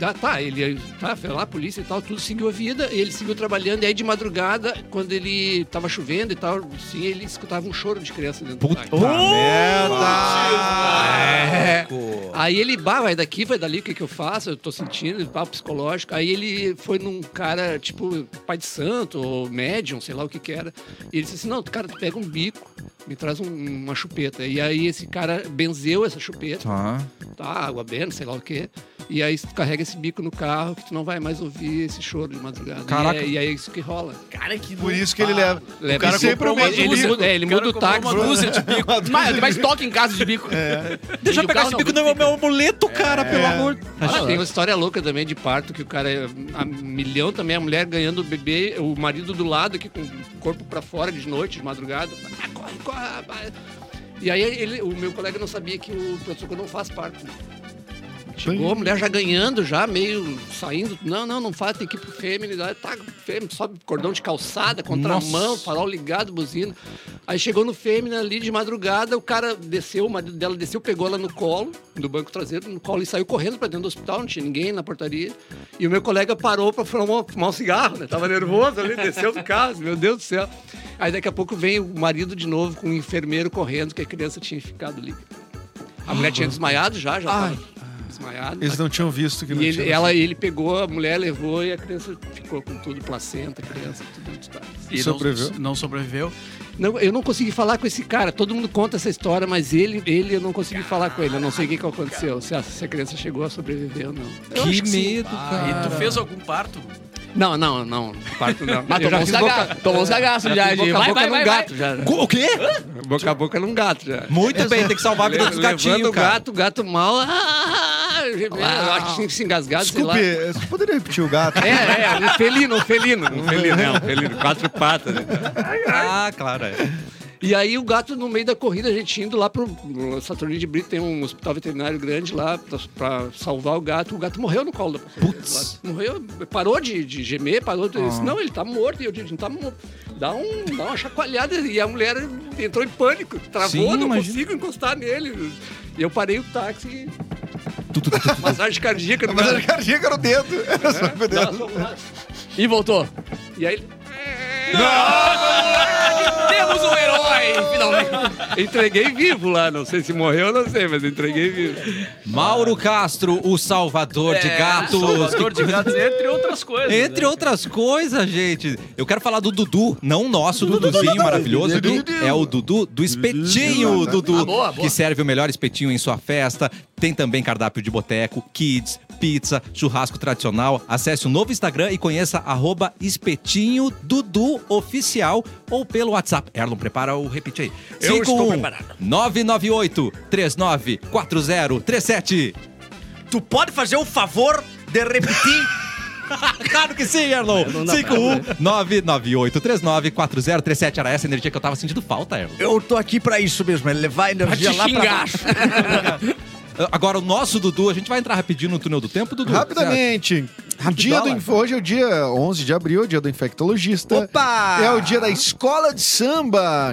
G: Ah, tá, ele tá, foi lá, a polícia e tal, tudo seguiu a vida, e ele seguiu trabalhando, e aí de madrugada, quando ele tava chovendo e tal, sim, ele escutava um choro de criança dentro do táxi. É. Aí ele, bah, vai daqui, vai dali, o que que eu faço? Eu tô sentindo, papo psicológico. Aí ele foi num cara, tipo, pai de santo, ou médium, sei lá o que que era. E ele disse assim, não, cara, tu pega um bico, me traz um- uma chupeta. E aí esse cara benzeu essa chupeta,
A: Tá.
G: tá, água benta, sei lá o que. E aí tu carrega esse bico no carro que tu não vai mais ouvir esse choro de madrugada.
A: Caraca.
G: E é, e é isso que rola.
D: Cara, que
F: Por isso que ele leva.
G: Leva-
F: o cara
G: E sempre
F: comprou
G: o
F: uma
G: mesmo
F: ele,
G: bico. muda- é, ele
C: O cara
G: muda o
C: comprou
G: táxi.
C: Uma dúzia de bico.
D: Mas, mas toca em casa de bico.
A: Deixa eu
D: Vende o
A: pegar
D: carro,
A: esse
D: não,
A: bico
D: vende
A: no
D: o
A: meu amuleto, cara, pelo amor de
G: Ah, tem uma história louca também de parto, que o cara é a milhão também, a mulher ganhando o bebê, o marido do lado aqui com o corpo pra fora de noite, de madrugada. Ah, corre, corre. ah, vai. E aí ele, o meu colega não sabia que o protocolo não faz parto. né? Chegou a mulher já ganhando, já meio saindo. Não, não, não faz, tem que ir pro fêmea. Daí Tá, fêmea, sobe cordão de calçada, contramão, farol ligado, buzina. Aí chegou no fêmea ali de madrugada, o cara desceu, o marido dela desceu, pegou ela no colo, do banco traseiro, no colo e saiu correndo pra dentro do hospital, não tinha ninguém na portaria. E o meu colega parou pra fumar, fumar um cigarro, né? Tava nervoso ali, desceu do carro, meu Deus do céu. Aí daqui a pouco vem o marido de novo com o enfermeiro correndo, que a criança tinha ficado ali. A mulher tinha desmaiado já, já tava desmaiada.
F: Eles não tinham visto que não
G: E ele,
F: tinha.
G: ela, ele pegou, a mulher levou e a criança ficou com tudo, placenta, criança, tudo dentro do táxi.
C: E
F: Sobreviveu?
C: Não, não sobreviveu.
G: Não, eu não consegui falar com esse cara. Todo mundo conta essa história, mas ele, ele eu não consegui falar com ele. Eu não sei o que, que aconteceu. Se a, se a criança chegou a sobreviver ou não. Eu acho
A: Que
G: sim.
A: medo, cara.
C: E tu fez algum parto?
G: Não, não, não. Parto não.
D: Mas
G: Eu já
D: tomou uns
G: fiz boca-
D: cagaços. Tomou uns cagaços
G: já
D: já.
G: fiz
D: de-
G: boca a
D: Vai,
G: boca
D: vai,
G: num
D: vai.
G: gato
D: vai.
G: já. né?
A: O quê?
G: Boca a boca num gato já.
A: Muito bem, tem que salvar a vida dos
G: Le- Levando
A: gatinhos,
G: o
A: cara.
G: gato, o gato mal. Ah, gemendo, acho que tinha que se engasgado,
F: Desculpe,
G: sei lá.
F: você poderia repetir o gato?
G: É, é, um felino, um felino. Um felino, é, um felino, quatro patas. né?
A: Ah, claro. é.
G: E aí o gato, no meio da corrida, a gente indo lá pro no Saturnino de Brito, tem um hospital veterinário grande lá pra, pra salvar o gato. O gato morreu no colo da Putz. Morreu, parou de, de gemer, parou de... disse, Não, ele tá morto. E eu disse, não tá morto. Dá, um, dá uma chacoalhada. E a mulher entrou em pânico, travou,
E: Sim,
G: não
E: imagina.
G: consigo encostar nele. E eu parei o táxi e... Massagem cardíaca no
F: Mas
G: gato.
F: a cardíaca era o dedo. Era só o dedo.
G: Não, só um lado.
D: E voltou.
G: E aí ele
D: Temos um herói, finalmente.
G: entreguei vivo lá. Não sei se morreu, não sei, mas entreguei vivo.
A: Mauro Castro, o salvador de gatos.
C: Salvador de gatos, entre outras coisas.
A: Entre
C: né?
A: outras coisas, gente. Eu quero falar do Dudu, não o nosso Duduzinho maravilhoso.
F: Dudu,
A: Dudu. É o Dudu do espetinho, Dudu.
D: Ah, boa, boa.
A: Que serve o melhor espetinho em sua festa. Tem também cardápio de boteco, kids, pizza, churrasco tradicional. Acesse o novo Instagram e conheça arroba espetinho Dudu Oficial ou pelo WhatsApp. Erlon, prepara o repetir aí.
G: Eu estou
A: 51
G: preparado.
A: 998 394037.
E: Tu pode fazer o favor de repetir?
A: Claro que sim, Erlon! 51998394037 era essa energia que eu tava sentindo falta, Erlon.
E: Eu tô aqui pra isso mesmo, é levar a energia lá pra baixo.
A: Ah, Agora, o nosso Dudu, a gente vai entrar rapidinho no túnel do tempo, Dudu?
F: Rapidamente. Dia do, inf- hoje é o dia 11 de abril, dia do infectologista.
E: Opa!
F: É o dia da escola de samba.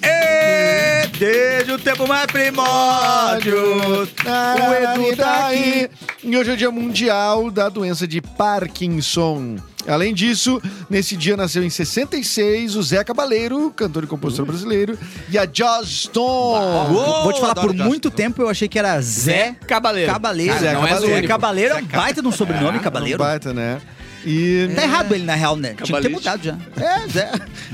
E: É, Desde o tempo mais primórdio.
F: O Edu tá
E: aqui.
F: aí. E hoje é o dia mundial da doença de Parkinson. Além disso, nesse dia nasceu em 66 o Zé Cabaleiro, cantor e compositor brasileiro, e a Joss Stone.
A: Uou,
E: Vou te falar, por
A: adoro Joss.
E: muito tempo eu achei que era Zé
D: Cabaleiro.
E: Cabaleiro.
D: Cara, não és o único.
E: Cabaleiro é um baita de um sobrenome, Cabaleiro.
F: Baita, né?
C: É,
F: E
E: Tá errado ele, na real, né? Tinha que ter
G: Cavalete.
E: mudado já. É, Zé.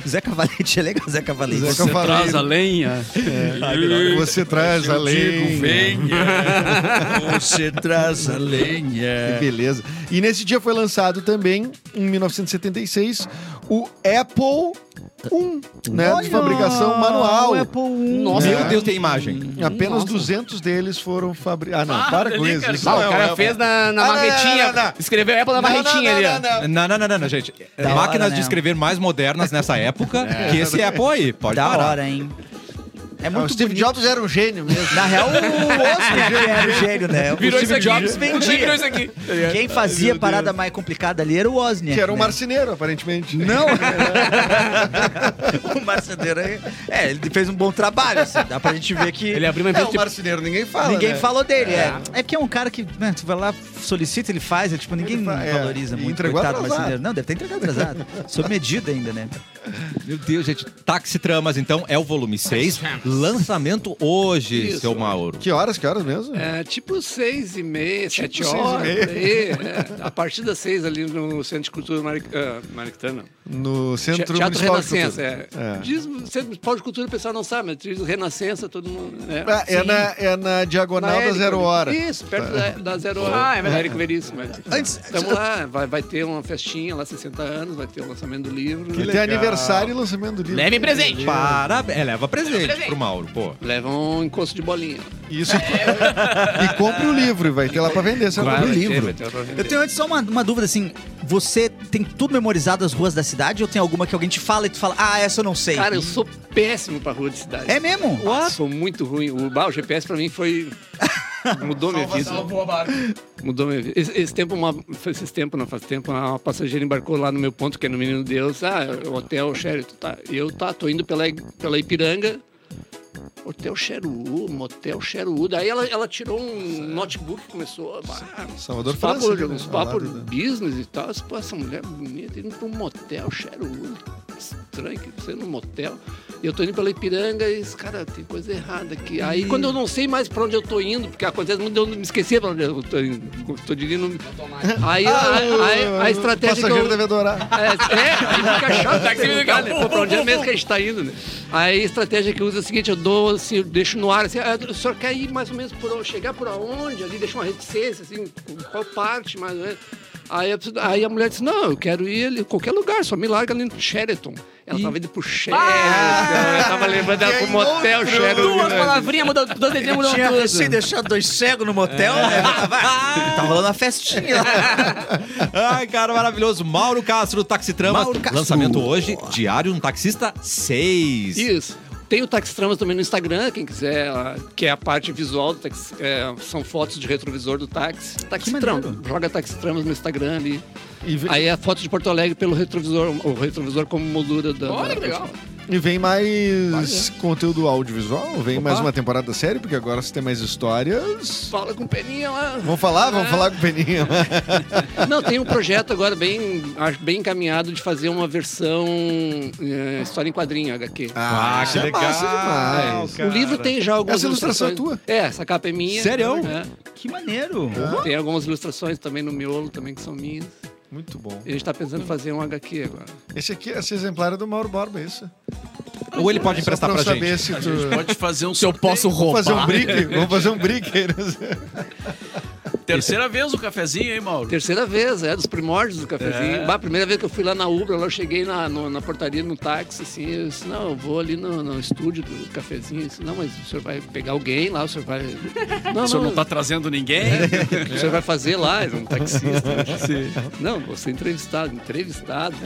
E: Zé Cavalete é legal, Zé Cavalete.
F: Zé
E: Zé
C: Você
F: Cavaleiro.
C: traz a né? lenha.
F: É. você traz a lei.
C: venha. Você traz a lenha.
F: É, Beleza. E nesse dia foi lançado também, em 1976, o Apple I,
E: É
F: né? De fabricação manual. um.
D: Nossa,
A: Meu Deus, tem imagem.
F: Uhum. Apenas 200 deles foram fabricados. Ah, não,
C: Ah,
F: para com
C: dele,
F: isso.
C: cara.
F: isso
D: Ah,
F: não é
D: o cara
F: Apple.
D: fez na, na
F: Ah, não,
D: marretinha.
F: não, não, não.
D: Escreveu Apple na
F: Não,
D: marretinha
F: não,
D: ali,
F: não,
D: ó.
F: não, não.
A: Não, não, não, não, não, gente. É,
E: Da
A: Máquinas
E: hora,
A: de
E: né? É.
A: escrever mais modernas nessa época que esse Apple aí. Pode
E: Da
A: parar.
E: hora, hein? É
F: o
E: muito
F: Steve
E: bonito.
F: Jobs era um gênio mesmo.
E: Na real, o Oscar era o gênio, né? O
D: Virou isso
E: Steve
D: aqui.
E: Jobs
D: Virou
E: vendia.
D: isso aqui.
E: Quem fazia a parada mais complicada ali era o Osni.
F: que era um marceneiro, aparentemente.
E: Não! o marceneiro aí. É, ele fez um bom trabalho, assim. Dá pra gente ver que.
D: Ele abriu uma
F: É
D: empresa
F: um marceneiro, ninguém fala.
E: Ninguém
F: né?
E: falou dele, é. é. porque é um cara que, né, tu vai lá, solicita, ele faz, ele, tipo, ninguém
F: Ele fa- é,
E: valoriza
F: e
E: muito.
F: entregou
E: coitado,
F: atrasado.
E: marceneiro. Não, deve ter entregado atrasado. Sob medida ainda, né?
A: Meu Deus, gente. Táxi Tramas, então, é o volume 6. Lançamento hoje,
G: Isso.
A: seu Mauro.
F: Que horas, que horas mesmo?
G: É, tipo seis e meia, sete
F: seis e
G: horas.
F: meia.
G: aí, é. a partir das seis ali no Centro de Cultura Mari- ah, Marictana.
F: No Centro
G: Teatro
F: Municipal
G: Renascença.
F: de
G: É.
F: Cultura. É.
G: Diz Centro Municipal de Cultura, o pessoal não sabe, mas diz Renascença, todo mundo. Né?
F: Ah, É, na, é na diagonal da
G: Érico
F: zero
G: ali.
F: hora.
G: Isso, perto da, da zero hora. Ah, é verdade. Érico Veríssimo. Antes, Estamos lá, vai, vai ter uma festinha lá, 60 anos, vai ter o lançamento do livro.
F: Que tem aniversário e lançamento do livro.
D: Levem presente.
A: Parabéns. É, leva presente pro Mauro, pô.
G: Leva um encosto de bolinha.
F: Isso. e compre o livro, e vai ter lá pra vender. Você
G: Vai,
F: compra o
G: vai ter,
F: livro.
G: vai ter pra vender.
E: Eu tenho antes só uma, uma dúvida, assim, você tem tudo memorizado as ruas da cidade ou tem alguma que alguém te fala e tu fala, ah, essa eu não sei?
G: Cara, eu sou péssimo pra rua de cidade.
E: É mesmo?
G: Ah, Sou muito ruim. O, bah, o GPS pra mim foi. Mudou minha vida. Mudou minha vida. Esse, esse tempo, uma, esses tempos, não faz tempo, uma passageira embarcou lá no meu ponto, que é no Menino Deus. Ah, o hotel Sheraton, tá. E eu tá, tô indo pela, pela Ipiranga. Hotel Xeruú, motel Xeruú. Daí ela, ela tirou um notebook e começou. Bah,
F: Salvador
G: uns papos,
F: França, né?
G: uns
F: Ao
G: papos
F: lado da-
G: business e tal. Eu disse, Pô, essa mulher bonita indo pra um motel Xeruú. estranho, que você no motel. E eu tô indo pela Ipiranga e, esse cara, tem coisa errada aqui. Aí quando eu não sei mais pra onde eu tô indo, porque acontece muito, eu não me esqueci pra onde eu tô indo. Tô dirigindo. Aí, a- aí a estratégia. que eu-
F: Ah, passageiro deve adorar.
G: é, é, aí fica chato.
B: Tá que me liga,
G: Cara,
B: pum,
G: pô, pra
B: pum,
G: onde é
B: pum,
G: mesmo
B: pum.
G: que a gente tá indo, né? Aí a estratégia que usa é o seguinte, eu dou assim, eu deixo no ar, assim, ah, o senhor quer ir mais ou menos por onde? Chegar por aonde? Ali deixa uma reticência, assim, com qual parte, mais ou menos. Aí a, pessoa- aí a mulher disse, não, eu quero ir ali, em qualquer lugar, só me larga ali no Sheraton. Ela tava indo pro Sheraton, eu tava levando ela pro motel Sheraton.
D: Duas palavrinhas mudou, dois dedinhos mudou
E: Tinha
D: tudo.
E: recém deixado dois cegos no motel, né? Tava, tá rolando uma festinha lá.
A: Ai, cara, maravilhoso. Mauro Castro, Taxi Tramas.
E: Mauro Castro.
A: Lançamento hoje, Diário de um Taxista 6.
G: Isso. Tem o Taxitramas também no Instagram, quem quiser, ah, que é a parte visual do táxi, é, são fotos de retrovisor do táxi. Taxitramas.
E: maneiro.
G: Joga Taxitramas no Instagram ali.
F: E, ve-
G: Aí é a foto de Porto Alegre pelo retrovisor, o retrovisor como moldura da.
D: Olha que
G: da-
D: legal.
F: e vem mais conteúdo audiovisual? Vem mais uma temporada série? Porque agora você tem mais histórias.
G: Fala com o Peninha lá.
F: Vamos falar? Vamos
G: É.
F: falar com o Peninha. né?
G: Não, tem um projeto agora bem, acho bem encaminhado de fazer uma versão é, história em quadrinho, HQ.
A: Ah,
F: isso
A: que
F: é
A: legal.
F: massa demais.
G: o livro tem já algumas.
F: Essa ilustração é
G: ilustrações. É, essa capa é minha.
A: Sério?
G: É.
E: Que maneiro.
G: Tem algumas ilustrações também no miolo, também que são minhas.
F: Muito bom.
G: A gente tá pensando em fazer um HQ agora.
F: Esse aqui, esse exemplar é do Mauro Borba, isso.
A: Ou ele pode emprestar
F: Só
A: pra,
F: pra eu
A: gente.
F: saber se tu...
C: Pode fazer um
D: Se eu
C: sorteio.
D: posso
F: Vamos
D: roubar.
F: fazer um brick? Vamos fazer um brick?
C: Terceira vez o cafezinho, hein, Mauro?
G: Terceira vez, é, dos primórdios do
C: É.
G: cafezinho. Bah, a primeira vez que eu fui lá na Ubra, lá eu cheguei na, no- na portaria, no táxi, assim, eu disse, não, eu vou ali no, no estúdio do cafezinho. Eu disse, não, mas o senhor vai pegar alguém lá, o senhor vai... Não,
C: O senhor não tá trazendo
F: É
C: ninguém?
G: o que o senhor vai fazer lá? Era um taxista. Não, vou ser entrevistado. Entrevistado?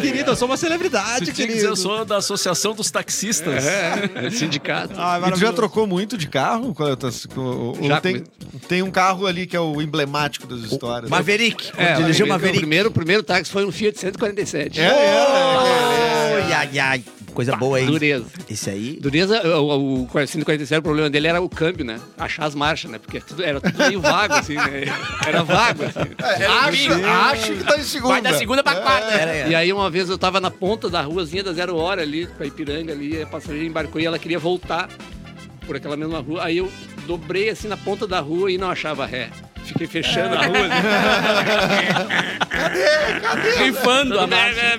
A: Querido, eu sou uma celebridade,
C: Tinha que dizer, eu sou da Associação dos Taxistas.
G: É, sindicato.
C: Ah,
F: E tu já trocou muito de carro? Qual é o teu- ou- ou
G: Já
F: tem, tem um carro ali que é o emblemático das histórias.
E: Maverick. Quando
G: É,
E: dirigiu
G: o
E: Maverick.
G: primeiro, o primeiro táxi foi um Fiat 147.
F: É, é, é.
E: Ai, ai, ai. Coisa boa,
C: é.
E: hein?
G: Dureza.
E: Esse aí.
G: Dureza, o, o 447, o problema dele era o câmbio, né? Achar as marchas, né? Porque tudo- era tudo meio vago, assim, né? Era vago, assim.
F: Acho, acho que tá em segunda.
D: Vai da segunda
F: É.
D: pra quarta.
E: Era, era.
G: E aí uma vez eu tava na ponta da ruazinha da Zero Hora ali, com a Ipiranga ali, e a passageira embarcou e ela queria voltar por aquela mesma rua. Aí eu dobrei assim na ponta da rua e não achava ré. Fiquei fechando a rua. Assim.
D: Rifando a marcha.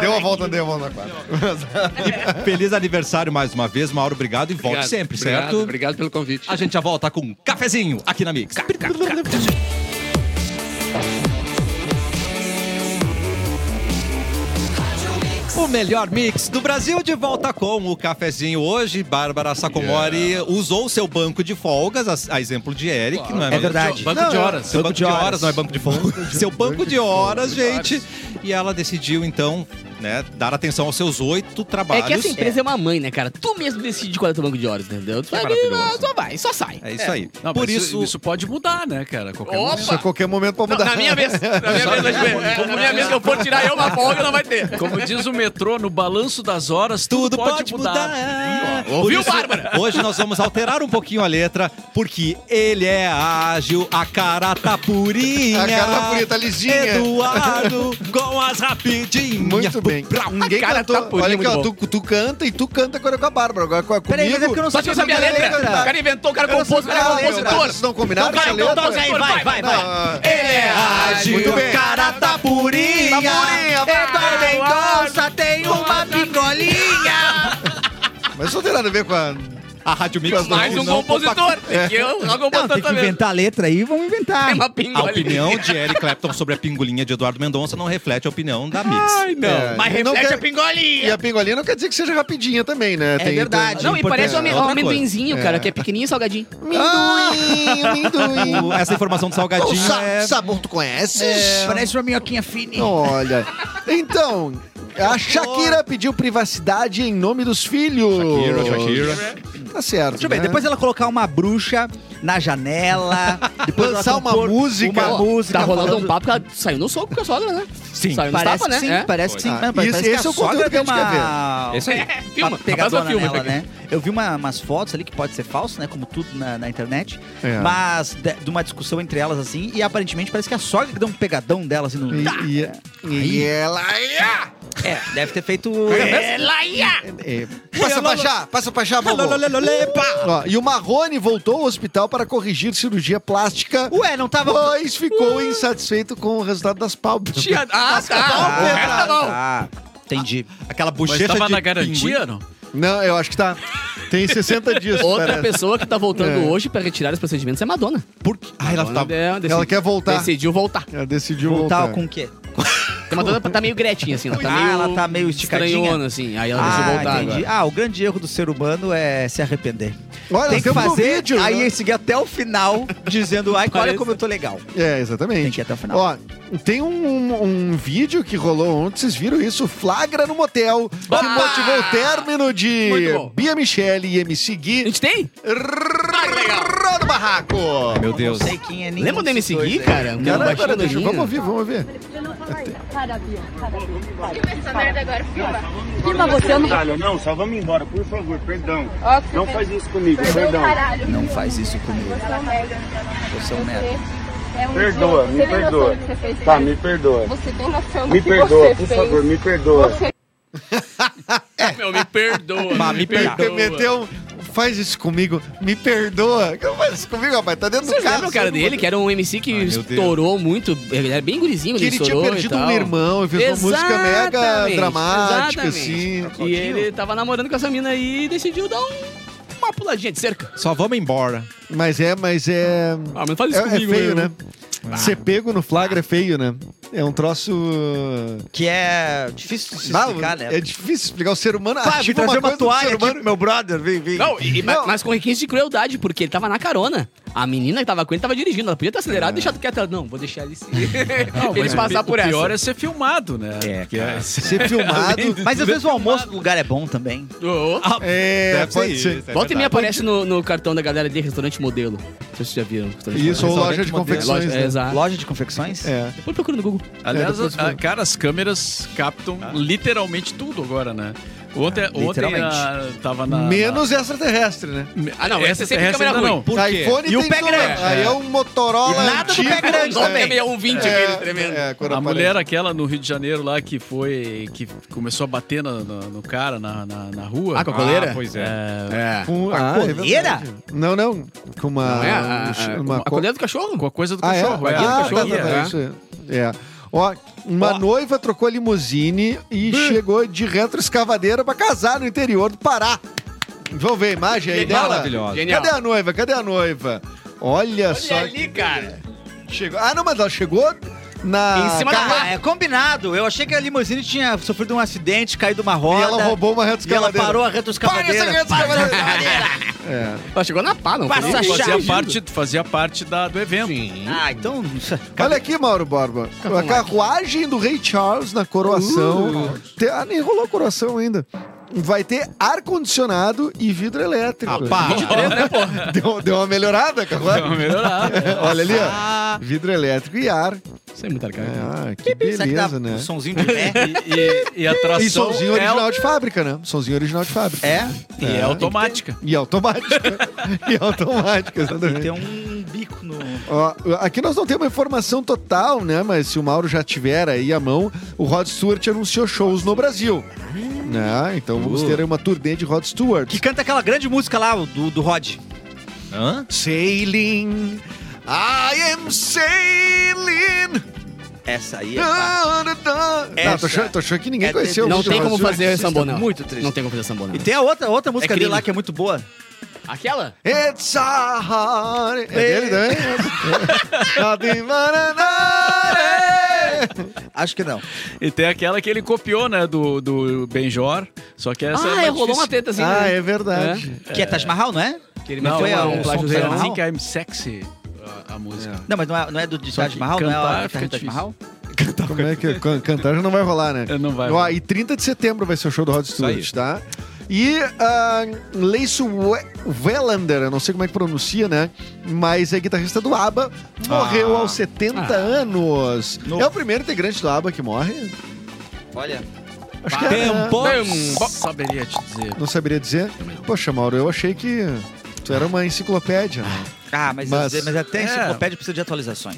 F: Deu a volta, deu a volta na quarta.
A: Feliz aniversário mais uma vez, Mauro. Obrigado e volte
G: Obrigado,
A: sempre,
G: obrigado,
A: certo?
G: Obrigado pelo convite.
A: A gente já volta com um cafezinho aqui na Mix. O melhor mix do Brasil de volta com o cafezinho hoje. Bárbara Sacomori usou seu banco de folgas, a, a exemplo de Eric, não é?
E: É
A: mesmo?
E: verdade.
C: Banco de horas.
A: Seu banco de horas, não é banco de folga. Seu banco de horas, gente. E ela decidiu, então, né, dar atenção aos seus oito
D: É
A: trabalhos.
D: que essa empresa é. uma mãe, né, cara? Tu mesmo decide qual é o teu banco de horas, entendeu? Tu vai ali,
A: maravilhoso.
D: só vai, só sai.
A: É isso aí.
C: Não,
A: Por
C: mas
A: isso,
C: isso pode mudar, né, cara? A Qualquer
D: Opa!
C: momento.
F: Isso a qualquer momento pode mudar.
D: Na minha vez, na minha vez, vai ter. É, na minha vez que eu for tirar eu uma folga, não vai ter.
C: Como diz o metrô, no balanço das horas,
A: tudo
C: tudo, pode,
A: pode
C: mudar.
D: é.
A: mudar. Por
D: Ouviu,
A: isso,
D: Bárbara?
A: Hoje nós vamos alterar um pouquinho a letra, porque ele é ágil, a cara tá purinha.
F: A cara tá purinha, tá lisinha.
A: Eduardo com as rapidinhas.
F: Muito bem. Ninguém
D: cara
F: cantou.
D: tá purinha,
F: Olha aqui,
D: muito
F: ó,
D: bom.
F: tu, tu canta e tu canta agora com a Bárbara. Agora com a comigo...
E: Peraí, mas é porque eu não
D: Só que eu sabia a letra. O cara inventou, o cara
F: Eu não sei
D: compôs, o cara é
F: qual é a letra.
D: compositor.
F: Vocês não combinaram
D: Então vai,
F: essa
D: então
F: letra?
D: toca aí, vai, vai, vai.
F: Ah,
D: Ele é
F: Muito bem.
D: cara tá purinha.
F: Tá purinha, vai.
D: Mendonça tem uma picolinha.
F: Mas não tem nada a ver com a...
A: A Rádio Mix
D: Mais um
A: não-
D: compositor. Tem que eu, logo
E: Não,
D: compositor
F: Tá
E: tem que
D: também.
E: inventar a letra aí,
D: Tem
E: vamos inventar.
D: uma
A: A
D: pingolinha.
A: opinião de Eric Clapton sobre a pingolinha de Eduardo Mendonça não reflete a opinião da Mix.
F: É,
D: Mas
F: não
D: reflete
F: quer-
D: a pingolinha.
F: E a pingolinha não quer dizer que seja rapidinha também, né?
E: É verdade.
D: Não, e
E: importante.
D: parece um ame- um
A: Outra coisa.
D: amendoinzinho, cara, que é pequenininho e salgadinho.
F: Ah, Amendoim, amendoim.
A: O- Essa informação do Salgadinho é...
F: sabor tu conheces?
E: É, Parece uma minhoquinha fininha.
F: Olha. Então, a Shakira pediu privacidade em nome dos filhos.
A: Shakira, Shakira.
F: Tá certo.
E: Deixa eu ver,
F: né?
E: depois ela colocar uma bruxa na janela, depois ela
F: Lançar uma
E: compor
F: música.
E: Uma música.
D: Tá rolando
E: falando-
D: um papo que ela saiu no soco com a sogra, né?
A: Sim.
D: Sabe,
E: Parece
D: tapa,
E: que
D: né?
E: sim,
D: É.
E: parece que sim.
F: Ah,
E: Mas
F: esse-
E: parece que
F: esse é
E: a
F: o conteúdo
E: sogra
F: que a
E: deu
F: gente quer
E: uma...
A: É isso aí.
E: Uma
G: Filma,
E: pegadona
G: filma.
E: nela, né? Eu vi uma- umas fotos ali que pode ser falso, né? Como tudo na, na internet.
F: É.
E: Mas de, de uma discussão entre elas, assim, e aparentemente parece que a sogra que deu um pegadão dela, assim, no...
F: E, e- e ela.
E: É, deve ter feito...
F: É, passa pra já, passa pra já, vovô. Ó, E o Marrone voltou ao hospital para corrigir cirurgia plástica,
E: Ué, não tava...
F: pois ficou insatisfeito com o resultado das pálpebras.
G: Tia- Ah, tá.
E: Ah,
G: Essa não.
E: tá. Entendi.
A: Aquela
C: Mas
A: bochecha
C: tava
A: de
C: na
A: pinguim.
C: garantia, não?
F: Não, eu acho que tá. Tem 60 dias.
D: Outra
F: parece.
D: pessoa que tá voltando
F: É.
D: hoje pra retirar os procedimentos é a Madonna.
A: Por quê? Ah, ela tá...
D: é,
F: Ela quer voltar.
D: Decidiu voltar.
F: Ela decidiu voltar.
E: Voltar com o quê?
D: A Madonna tá meio gretinha, assim. Ela tá
E: Ah,
D: meio
E: ela tá meio esticadinha.
D: estranhona, assim. Aí ela decidiu
E: Ah,
D: voltar
E: entendi.
D: agora.
E: Ah, o grande erro do ser humano é se arrepender.
F: Olha,
E: Tem
F: nós
E: que
F: temos um
E: fazer,
F: vídeo,
E: aí
F: né?
E: seguir até o final, dizendo, ai, olha
D: Parece-
E: como eu tô legal.
F: É, exatamente.
E: Tem que ir até o final.
F: Ó, tem um, um- um vídeo que rolou ontem, vocês viram isso? Flagra no motel, que motivou o término de
D: Muito bom.
F: Bia Michelle e MC
D: A
F: Gui.
D: gente tem? Ah,
F: Rrrrrrrrou no barraco!
A: Meu Deus.
E: Não sei quem é nenhum
D: Lembra do
E: desses
D: MC Gui,
E: dois aí.
D: cara? Um
F: Cara,
D: baixinho
F: agora, deixa,
D: loirinho.
F: vamos ouvir, vamos ouvir.
H: Eu não falo isso. Para, Bia. Para, Bia. Para. Essa merda agora, filma. Filma você, eu não...
I: Caralho, não, só vamos embora, por favor, perdão.
H: Ó, que você
I: Não
H: fez.
I: faz isso comigo,
H: Perdão,
I: perdão.
H: caralho.
E: Não faz isso comigo.
H: Você é um merda.
E: Você é um merda.
H: É um
I: Perdoa,
H: idiota.
I: me perdoa.
H: Você tem noção do que Você fez,
I: Tá,
H: né?
I: me perdoa.
H: Você tem noção do
I: Me
H: que
I: perdoa,
H: você
I: por
H: fez.
I: favor, me perdoa.
H: Você
C: Meu, me perdoa.
A: Bah, me
C: me
A: perdoa.
C: perdoa.
F: Meteu um, faz isso comigo, me perdoa. Não faz isso comigo, rapaz, tá dentro
D: Vocês
F: do carro.
D: lembram, cara, dele? Que era um MC que
A: Ai, meu Deus.
D: estourou muito. Ele era bem gurizinho,
F: Que
D: ele
F: ele tinha
D: estourou e
F: perdido
D: tal.
F: um irmão e fez uma música mega
D: Exatamente,
F: dramática,
D: exatamente.
F: assim.
D: E ele tava namorando com essa mina aí e decidiu dar um- uma puladinha de cerca.
A: Só vamos embora.
F: Mas é, mas é.
D: Ah, mas fala
F: É,
D: isso
F: é
D: comigo,
F: feio,
D: eu-
F: né? Ser pego no flagra é feio, né? É um troço.
E: Que é difícil de se
F: Não,
E: explicar, né?
F: É difícil explicar. O ser humano
E: Claro,
F: ativa
E: trazer uma,
F: coisa do
E: toalha
F: ser
E: aqui
F: humano.
E: pro meu brother, vem, vem.
D: Não, e- e- mas, mas com requinte de crueldade, porque ele tava na carona. A menina que tava com ele tava dirigindo. Ela podia ter acelerado e deixado quieto. Ela, não, vou deixar ele se...
C: É. Não,
D: ele
C: mas
D: passar
C: o
D: por
C: pi- o
D: essa.
C: pior é ser filmado, né? É, que é.
F: Ser filmado.
E: Mas às vezes o almoço do lugar é bom também.
D: Ô, ô.
F: É,
A: Deve
F: pode
A: isso,
F: ser.
A: é
D: Volta e meia
A: verdade.
D: aparece no, no cartão da galera de restaurante modelo. Não sei se vocês já viram. restaurante
F: Isso, ou
D: modelo.
F: loja de
D: É, loja-
F: confecções.
D: é,
F: né?
D: exato.
E: Loja de confecções?
F: É.
D: Depois Ah. procura no Google.
C: Aliás,
F: depois
C: a-
F: foi.
C: cara, as câmeras captam literalmente tudo agora, né?
D: Ah,
C: Ontem, ontem
E: literalmente.
C: a, tava na.
F: Menos extraterrestre, né?
C: na-
D: Ah, não, essa é sempre
C: essa
D: câmera
C: ainda
D: ruim.
C: não.
A: Por quê?
F: iPhone
E: E o
F: tem
E: pé
F: tudo.
E: grande.
F: Aí é um Motorola.
E: E nada do pé
F: antigo.
E: grande
D: Nossa,
F: É.
D: é meio 1,20 aquele tremendo.
F: É, quando
C: A
F: aparece.
C: mulher aquela no Rio de Janeiro lá que foi. que começou a bater na- na- no, cara na, na, na rua.
D: Ah, com a coleira?
C: Ah, pois é.
F: Com a
E: coleira?
F: Ah, é verdade. Não, não. Com uma.
D: Não é? A, a,
F: uma
D: a colher do cachorro?
C: Com a coisa do
F: Ah, é?
C: cachorro. é.
F: Ah,
D: do cachorro,
F: tá, tá, tá,
D: é.
F: isso aí. É. Ó, uma noiva trocou a limusine e chegou de retroescavadeira pra casar no interior do Pará. Vamos ver a imagem aí dela?
A: Maravilhosa.
D: Genial.
F: Cadê a noiva? Cadê a noiva? Olha, só.
D: cara.
F: Chegou. Ah, não, mas ela chegou na.
D: Em cima da
E: Ah, é combinado. Eu achei que a limusine tinha sofrido um acidente, caído uma
F: E
E: roda.
F: ela roubou uma
E: E ela
F: retroescavadeira.
E: parou a
F: Para essa
E: retroescavadeira.
F: retroescavadeira! é.
D: Ela chegou na pá, não foi? Não,
E: Passa a
C: Fazia
E: chave.
C: parte, fazia parte da, do evento.
E: Ah, então...
F: Olha aqui, Mauro Borba. A carruagem do Rei Charles na
E: Uh.
F: coroação. Te- Ah, nem rolou a coroação ainda. Vai ter ar-condicionado e vidro elétrico.
A: Ah, pá.
F: 23, né, pô? Deu, deu uma melhorada a carruagem? Olha ali,
E: Ah.
F: ó. Vidro elétrico e ar.
D: Isso é muito arcaico.
F: Ah, que
E: Será que dá
F: beleza, né?
E: um sonzinho de pé?
C: É. E, e, e a
F: E
C: tração
F: somzinho
C: é,
F: original de fábrica, né? Somzinho original de fábrica.
E: É?
C: e é automática.
F: E automática. e automática,
E: Tem
F: exatamente.
E: que ter um bico no...
F: Ó, aqui nós não temos a informação total, né? Mas se o Mauro já tiver aí a mão, o Rod Stewart anunciou shows no Brasil. Né? Então vamos ter aí uma turnê de Rod Stewart.
E: Que canta aquela grande música lá, o do, do Rod.
A: Hã?
F: Sailing, I am sailing. Ah,
E: Essa aí é...
F: Da, da, da. Não, tô
E: Essa
F: achando, tô achando que ninguém
E: é
F: conheceu.
D: Não
F: o
D: tem
F: Rod
D: como
F: Stewart.
C: é
D: fazer sambonão.
E: Muito triste.
D: Não tem como fazer sambonão.
E: E tem a outra, outra música dele
D: crime.
E: lá que é muito boa.
D: Aquela?
F: It's a hard... É dele
E: né?
F: É. também?
E: Acho que não.
C: E tem aquela que ele copiou, né, do, do Benjor. Só que essa é
D: ah,
C: mais
D: é, rolou uma
C: difícil.
D: treta assim.
F: ah,
D: né?
F: é verdade.
E: Que é Taj Mahal, não é?
D: Que ele
C: Não,
D: meteu
C: é,
D: uma-
C: é
D: um
C: um
D: plágio
E: sonzeiro.
D: geral.
C: Think I'm Sexy, a, a música.
E: Não, mas não é, não é do de
C: Só
E: Taj
C: que
E: Mahal? Não é
C: cantar
E: a
C: fica
E: guitarra do Taj
C: difícil.
E: Mahal?
F: Como é que... Can, cantar já não vai rolar, né?
C: É, Não vai.
F: Ó, e 30 de setembro vai ser o show do Rod
A: aí.
F: Stewart, tá? E ah, Lace We- Welander, eu não sei como é que pronuncia, né? Mas é guitarrista do ABBA, morreu
A: Ah.
F: aos 70 anos.
A: No-
F: É o primeiro integrante do ABBA que morre?
E: Olha.
F: Acho que é, né?
A: Tempo!
C: Não saberia te dizer.
F: Não saberia dizer. Poxa, Mauro, eu achei que tu era uma enciclopédia. né?
E: Ah, mas,
F: Mas- é.
E: mas até a enciclopédia precisa de atualizações.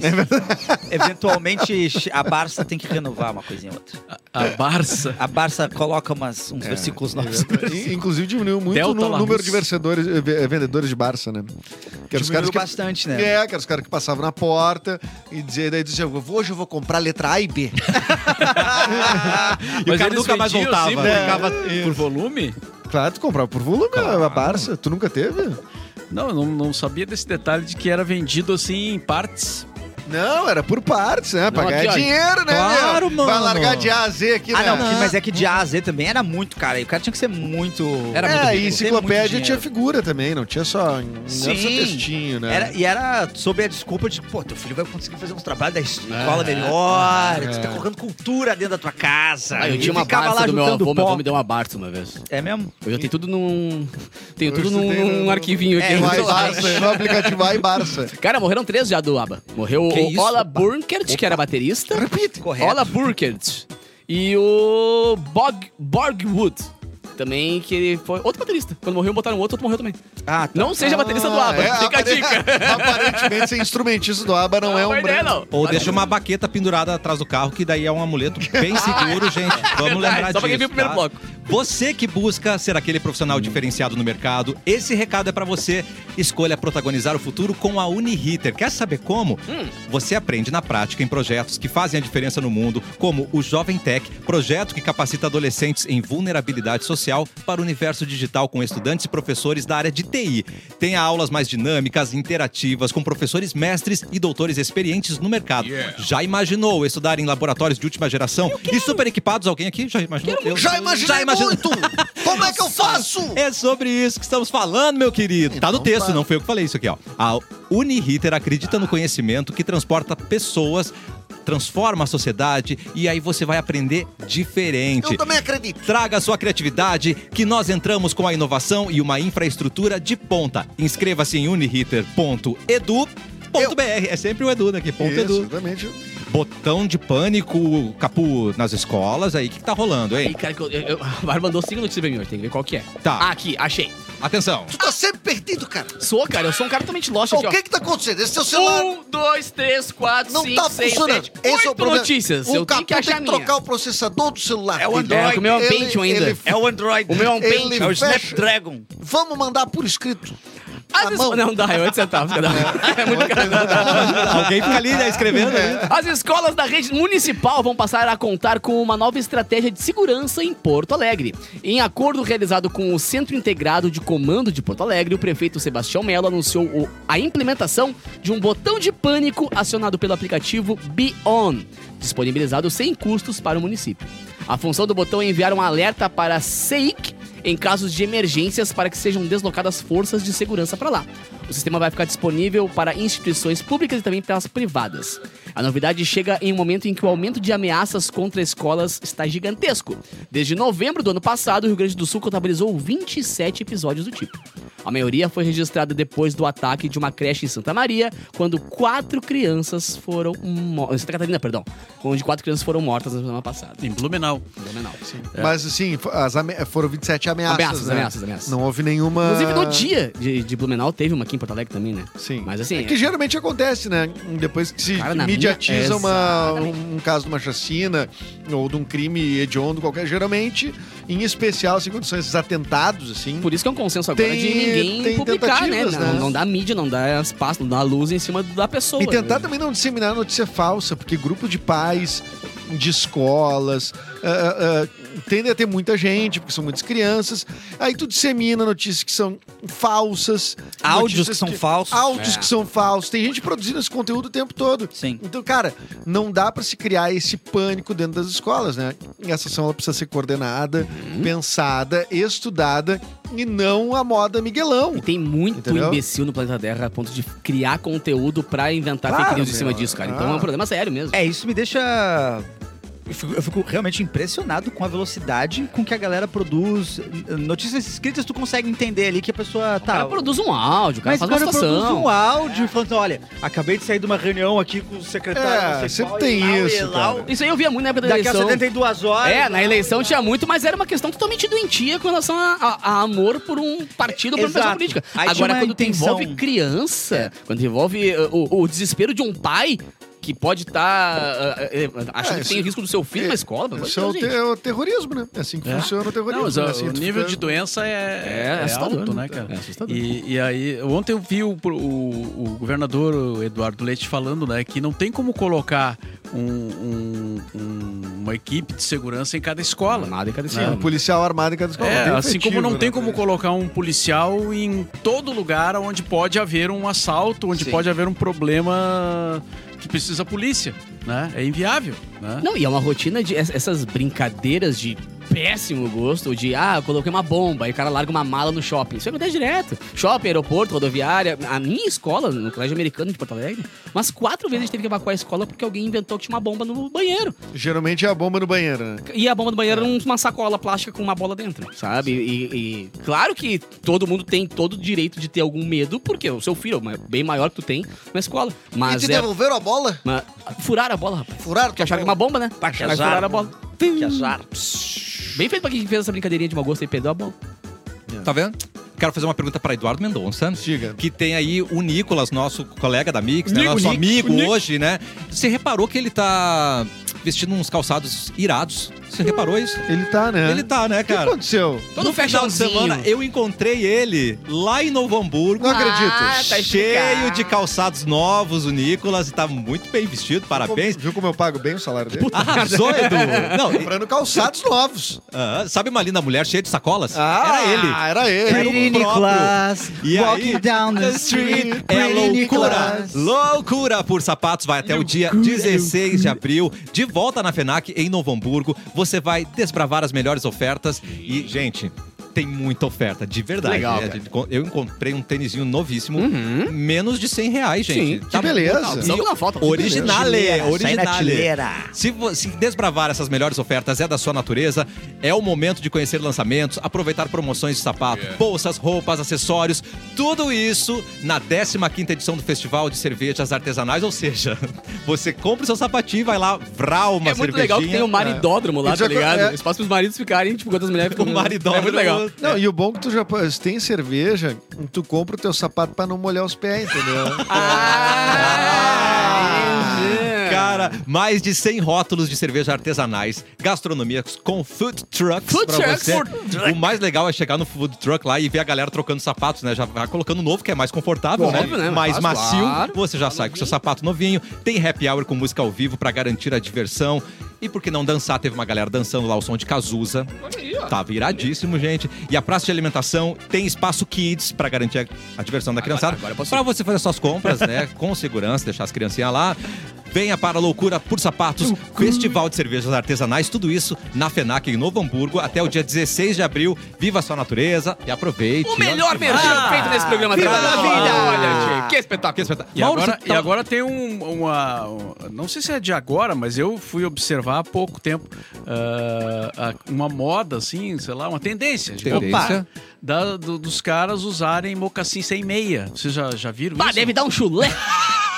E: Eventualmente, a Barça tem que renovar uma coisinha ou outra.
C: A Barça.
E: A Barça coloca umas,
F: É.
E: uns versículos novos.
F: E, Inclusive diminuiu muito
C: Delta
F: o nu-
C: Larus.
F: número de vencedores, eh, ve- eh, vendedores de Barça, né? Que era os caras
E: Diminuiu
F: que,
E: bastante, né?
F: é, que era os caras que passavam na porta e dizia, daí dizia, hoje eu vou comprar letra A e B.
D: Ah,
A: E o
C: Mas
A: cara
C: eles
A: nunca mais
C: vendiam,
A: voltava. É.
C: sim,
A: Ficava-
C: Por volume?
F: Claro, tu comprava por volume né, a Barça. Tu nunca teve?
C: Não, eu não, não sabia desse detalhe de que era vendido assim em partes.
F: Não, era por partes, né? Pra
D: Não,
F: ganhar
D: aqui, ó.
F: dinheiro, né?
A: Claro,
F: meu? Vai
A: mano.
F: largar de A a Z aqui,
E: Ah,
F: né?
E: não, que- mas é que de A a Z também era muito, cara. E o cara tinha que ser muito.
F: Era é, e
E: Tem
F: enciclopédia
E: muito
F: tinha
E: dinheiro.
F: figura também, não tinha só, não era só
E: Sim.
F: textinho, né?
E: Era- e era sob a desculpa de, pô, teu filho vai conseguir fazer uns trabalhos da escola
D: É.
E: melhor, tu tá colocando cultura dentro da tua casa.
D: Ah, eu
E: E
D: tinha uma
E: ficava
D: Barça do meu
E: juntando
D: avô, meu
E: pó.
D: avô me deu uma Barça uma vez.
E: É mesmo?
D: Eu já tenho tudo num. Tenho
F: Hoje
D: tudo
F: tu
D: num,
F: tem
D: num
F: no-
D: arquivinho aqui.
E: É,
F: Vai Barça, no aplicativo Vai Barça.
D: Cara, morreram três já do ABBA. Morreu
E: Que
D: o
E: isso?
D: Ola Burkert, que era baterista.
E: Repito. Correto.
D: Ola Burkert. E o Bog, Borgwood. Também que ele foi outro baterista. Quando morreu, botaram outro, outro morreu também.
E: Ah, tá.
D: Não seja baterista do
F: Ah,
D: ABBA.
F: é,
D: Fica a
F: apare-
D: dica.
F: Aparentemente, ser instrumentista do ABBA não, é um
D: uma ideia,
F: brand.
D: não.
A: Ou deixa uma baqueta pendurada atrás do carro, que daí é um amuleto bem seguro, gente. Vamos lembrar disso.
D: É Só pra quem viu o primeiro
A: tá?
D: bloco. Hum.
A: Você que busca ser aquele profissional diferenciado no mercado, esse recado é pra você. Escolha protagonizar o futuro com a Uniriter. Quer saber como?
D: Hum.
A: Você aprende na prática em projetos que fazem a diferença no mundo, como o Jovem Tech, projeto que capacita adolescentes em vulnerabilidade social para o universo digital com estudantes e professores da área de TI. Tem aulas mais dinâmicas, interativas, com professores mestres e doutores experientes no mercado. Já imaginou estudar em laboratórios de última geração e super equipados? Alguém aqui já imaginou? Eu-
F: Já imaginei
A: Já imaginou?
F: muito! Como é que eu faço?
A: É sobre isso que estamos falando, meu querido. tá no
F: Então
A: texto,
F: tá.
A: não foi eu que falei isso aqui, ó. A Uniriter acredita no conhecimento que transporta pessoas, transforma a sociedade e aí você vai aprender diferente.
F: também acredito.
A: Traga sua criatividade, que nós entramos com a inovação e uma infraestrutura de ponta. Inscreva-se em uniriter.edu.br. É sempre o Edu daqui, ponto
F: Isso,
A: edu.
F: exatamente.
A: Botão de pânico, capu nas escolas, aí o que, que tá rolando,
D: Aí,
A: hein?
D: cara, que eu, eu, eu, o Bar mandou cinco notícias pra mim hoje, tem que ver qual que é.
A: Tá.
D: Ah, aqui, achei.
A: Atenção.
F: Tu tá sempre perdido, cara.
D: Sou, cara, eu sou um cara totalmente lost aqui,
F: o
D: ó.
J: é
F: que que tá acontecendo? Esse teu celular
D: Um, dois, três, quatro,
F: não
D: cinco,
F: tá
D: seis,
F: funcionando.
D: sete,
F: Esse é o
D: oito
F: problema.
D: notícias.
F: O
D: eu tenho
F: Capu
D: que achar a
F: tem que
D: minha.
F: trocar o processoror do celular.
E: É o
F: dele.
E: Android.
D: É, que o meu é um
F: Ele-
D: Pentium ainda.
F: ele-
E: É o Android.
D: O meu é um
F: Ele
D: pente.
E: É o
F: fecha.
E: Snapdragon.
F: Vamos mandar por escrito.
D: Às
F: a
D: vezes-
F: mão.
D: Não dá, é 8 centavos cada um. É muito caro. não dá.
A: Alguém fica
F: Tá.
A: ali, né, escrevendo ali.
D: As escolas da rede municipal vão passar a contar com uma nova estratégia de segurança em Porto Alegre. Em acordo realizado com o Centro Integrado de Comando de Porto Alegre, o prefeito Sebastião Melo anunciou o- a implementação de um botão de pânico acionado pelo aplicativo Be On, disponibilizado sem custos para o município. A função do botão é enviar um alerta para a SEIC em casos de emergências para que sejam deslocadas forças de segurança para lá. O sistema vai ficar disponível para instituições públicas e também para as privadas. A novidade chega em um momento em que o aumento de ameaças contra escolas está gigantesco. Desde novembro do ano passado, o Rio Grande do Sul contabilizou 27 episódios do tipo. A maioria foi registrada depois do ataque de uma creche em Santa Maria, quando quatro crianças foram mortas. Santa Catarina, perdão. Onde quatro crianças foram mortas na semana passada.
C: Em Blumenau.
D: Fenomenal.
F: Mas assim, fo- as ame- foram 27
D: É.
F: ameaças.
D: Ameaças,
F: né?
D: ameaças, ameaças.
F: Não houve nenhuma.
D: Inclusive, no dia de, de Blumenau, teve uma aqui em Porto Alegre também, né?
F: Sim.
D: Mas assim,
F: É que geralmente acontece, né? Depois que se
D: Cara, na
F: mediatiza
D: minha-
F: uma- um, um caso de uma chacina ou de um crime hediondo qualquer, geralmente, em especial, assim, quando são esses atentados, assim.
D: Por isso que é um consenso agora
F: Tem-
D: de ninguém
F: tem
D: publicar, né?
F: tentativas,
D: Não,
F: né?
D: não dá mídia, não dá espaço, não dá luz em cima da pessoa.
F: E tentar
D: né?
F: também não disseminar notícia falsa, porque grupo de pais, de escolas, ah, ah, tende a ter muita gente, porque são muitas crianças. Aí tu dissemina notícias que são falsas.
E: Áudios
F: notícias
E: que são falsos.
F: Áudios que são falsos. Tem gente produzindo esse conteúdo o tempo todo.
E: Sim.
F: Então, cara, não dá pra se criar esse pânico dentro das escolas, né? E essa ação ela precisa ser coordenada, pensada, estudada e não a moda Miguelão.
D: E tem muito
F: Entendeu?
D: imbecil no planeta Terra a ponto de criar conteúdo pra inventar
F: Claro,
D: fake news em cima
F: meu,
D: disso, cara. é
F: ah.
D: Então é um problema sério mesmo.
E: É, isso me deixa eu fico, eu fico realmente impressionado com a velocidade com que a galera produz. Notícias escritas, tu consegue entender ali que a pessoa
D: O cara
E: tá.
D: produz um áudio, o cara
E: Mas o
D: faz uma
E: cara
D: situação.
E: produz um áudio falando, olha, acabei de sair de uma reunião aqui com o
F: É,
E: secretário. não sei qual,
F: sempre tem
E: e lá, e
F: isso,
E: lá,
F: cara.
D: Isso aí eu via muito na época da
E: Daqui a
D: eleição.
E: 72 horas.
D: É, na eleição tinha muito, mas era uma questão totalmente doentia com relação a, a- a amor por um partido, por uma pessoa
E: Exato.
D: política.
E: Aí tinha
D: Agora,
E: uma
D: quando te
E: intenção. É.
D: envolve criança, quando te envolve eh, o, o desespero de um pai que pode tá, eh, estar achando
F: É,
D: que tem
F: isso-
D: risco do seu filho
F: é,
D: na escola. pelo amor de
F: Isso é o,
D: Deus,
F: te-
D: então, gente.
F: é o terrorismo, né? É assim que funciona o
C: Não,
F: terrorismo.
C: mas
F: né?
C: ó,
F: Assim,
C: o
F: tu
C: nível
F: fica-
C: de doença é,
D: É
C: é
D: assustador,
C: alto,
D: né?
C: né, cara?
D: É assustador.
C: E, e aí, ontem eu vi o, pro- o- o governador o Eduardo Leite falando, né, que não tem como colocar um- um- um- uma equipe de segurança em cada escola.
D: Nada é em cada
F: Sim, um policial armado em cada escola.
C: É,
F: Bem
C: assim
F: efetivo,
C: como não
F: né?
C: tem como colocar um policial em todo lugar onde pode haver um assalto, onde
G: Sim.
C: pode haver um problema que precisa a polícia, né? É inviável, né?
D: Não, e é uma rotina de es- essas brincadeiras de péssimo gosto, de ah, eu coloquei uma bomba e o cara larga uma mala no shopping. Isso acontece direto. Shopping, aeroporto, rodoviária. A minha escola, no Colégio Americano de Porto Alegre, umas quatro vezes a gente teve que evacuar a escola porque alguém inventou que tinha uma bomba no banheiro.
F: Geralmente é a bomba no banheiro, né?
D: E a bomba do banheiro era um- uma sacola plástica com uma bola dentro, sabe? E, e- claro que todo mundo tem todo o direito de ter algum medo, porque o seu filho é o ma- bem maior que tu tem na escola. Mas é.
J: devolveram a bola?
D: Mas, furaram a bola, rapaz.
J: Furaram
D: Porque acharam que era uma bomba, né? Acharam que
E: azar,
D: furaram a
E: né?
D: bola.
E: Que azar.
D: Bem feito pra quem fez essa brincadeirinha de mau gosto e perdeu a bola.
A: Tá vendo? Quero fazer uma pergunta para Eduardo Mendonça.
F: Diga.
A: Que tem aí o Nicolas, nosso colega da Mix, né?
F: Nico,
A: nosso
F: Nico,
A: amigo
F: Nico.
A: hoje, né? Você reparou que ele tá vestindo uns calçados irados? Você reparou isso?
F: Ele tá, né?
A: Ele tá, né,
F: O que
A: cara?
F: aconteceu?
D: Todo
A: no final de
D: fashionzinho.
A: semana, eu encontrei ele lá em Novo Hamburgo.
F: Não acredito.
H: Ah, tá.
A: Cheio de calçados novos, o Nicolas. E tá muito bem vestido, parabéns.
F: Viu como eu pago bem o salário dele? Ah,
A: Arrasou, Edu! Não, e-
J: Comprando calçados novos.
A: ah, sabe uma linda mulher cheia de sacolas? era
F: Ah,
A: ele.
F: era ele.
A: Era o
E: Pretty
A: próprio.
E: Nicolas,
A: E
E: walking
A: aí,
E: down the
A: The
E: street,
A: Street é
E: Pretty
A: loucura.
E: Nicolas.
F: né?
A: Loucura por sapatos vai até o dia 16 de abril. De volta na FENAC em Novo Hamburgo. Você vai desbravar as melhores ofertas. E, gente, tem muita oferta, de verdade.
D: Legal,
A: né?
D: cara.
A: Eu encontrei um tênisinho novíssimo, menos de 100 reais, gente. Tá
F: Que beleza.
A: brutal.
D: Só que não falta, que
A: Originale,
E: Sai na
A: originale.
E: tileira.
A: Se, vo- se desbravar essas melhores ofertas é da sua natureza, é o momento de conhecer lançamentos, aproveitar promoções de sapato,
D: É.
A: bolsas, roupas, acessórios, tudo isso na 15ª edição do Festival de Cervejas Artesanais, ou seja, você compra o seu sapatinho e vai lá, vral uma
D: é muito
A: cervejinha.
D: legal que tem o maridódromo lá,
F: Isso
D: tá
F: é co-
D: ligado?
F: é.
D: Espaço pros maridos ficarem, tipo, quantas mulheres
A: O
C: Um
D: ficam.
A: maridódromo.
D: É muito legal.
F: Não, e o bom é que tu já se tem cerveja, tu compra o teu sapato pra não molhar os pés, entendeu?
A: Ah, Cara, mais de 100 rótulos de cerveja artesanais, gastronomias com food trucks
D: Food
A: pra
D: trucks,
A: você.
D: food
A: O mais legal é chegar no food truck lá e ver a galera trocando sapatos, né? Já vai colocando novo, que é mais confortável,
D: Óbvio, né?
A: Mais
D: Mas,
A: macio.
D: claro.
A: Você já sai com seu sapato novinho. Tem happy hour com música ao vivo pra garantir a diversão. E por que não dançar? Teve uma galera dançando lá o som de Cazuza. Tava iradíssimo, gente. E a praça de alimentação tem espaço kids pra garantir a, a diversão da criançada. Pra você fazer suas compras, né? Com segurança, deixar as criancinhas lá. Venha para a Loucura por Sapatos, Festival de Cervejas Artesanais, tudo isso na FENAC em Novo Hamburgo até o dia 16 de abril. Viva a sua natureza e aproveite.
D: O melhor merchan feito nesse programa.
A: Viva
D: tá?
A: a vida!
D: Olha, tchê, que espetáculo.
A: Que espetáculo.
C: E
A: Mauro,
C: agora,
A: você tá-
C: e agora tem um- uma, um- Não sei se é de agora, mas eu fui observar há pouco tempo ah, a- uma moda, assim, sei lá, uma tendência. de-
A: Tendência.
C: Opa! Da- do- dos caras usarem mocassim sem meia. Vocês já, já viram
D: Bah,
C: isso?
D: deve dar um chulé.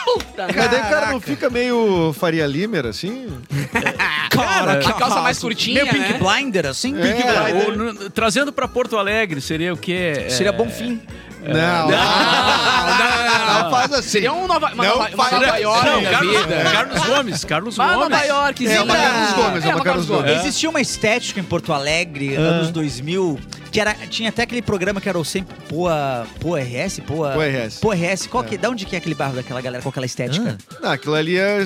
D: Puta
F: Mas daí
D: merda.
F: o cara não fica meio Faria Limer, assim?
A: Cara,
D: A calça mais curtinha,
E: Meio Pink
D: né?
E: Blinder, assim?
F: Pink
C: É,
F: Blinder.
C: ou no- trazendo pra Porto Alegre seria o quê? É,
E: Seria bom fim.
F: Não.
D: Ah,
F: Não faz assim.
D: Seria um Nova, uma
F: Não
D: nova, uma
F: faz-
D: nova York
C: Não,
D: da
C: Carlos,
D: vida.
C: Carlos Gomes, Carlos
D: Uma
C: Gomes.
D: Nova Yorkzinha.
F: É uma Carlos Gomes, é uma Carlos Gomes.
E: Existia uma estética em Porto Alegre, anos 2000, que era, tinha até aquele programa que era o sempre Poa, Poa RS? Poa,
F: Poa RS.
E: Poa RS. Qual que, da onde que é aquele barro daquela galera com aquela estética?
F: Não, aquilo ali é.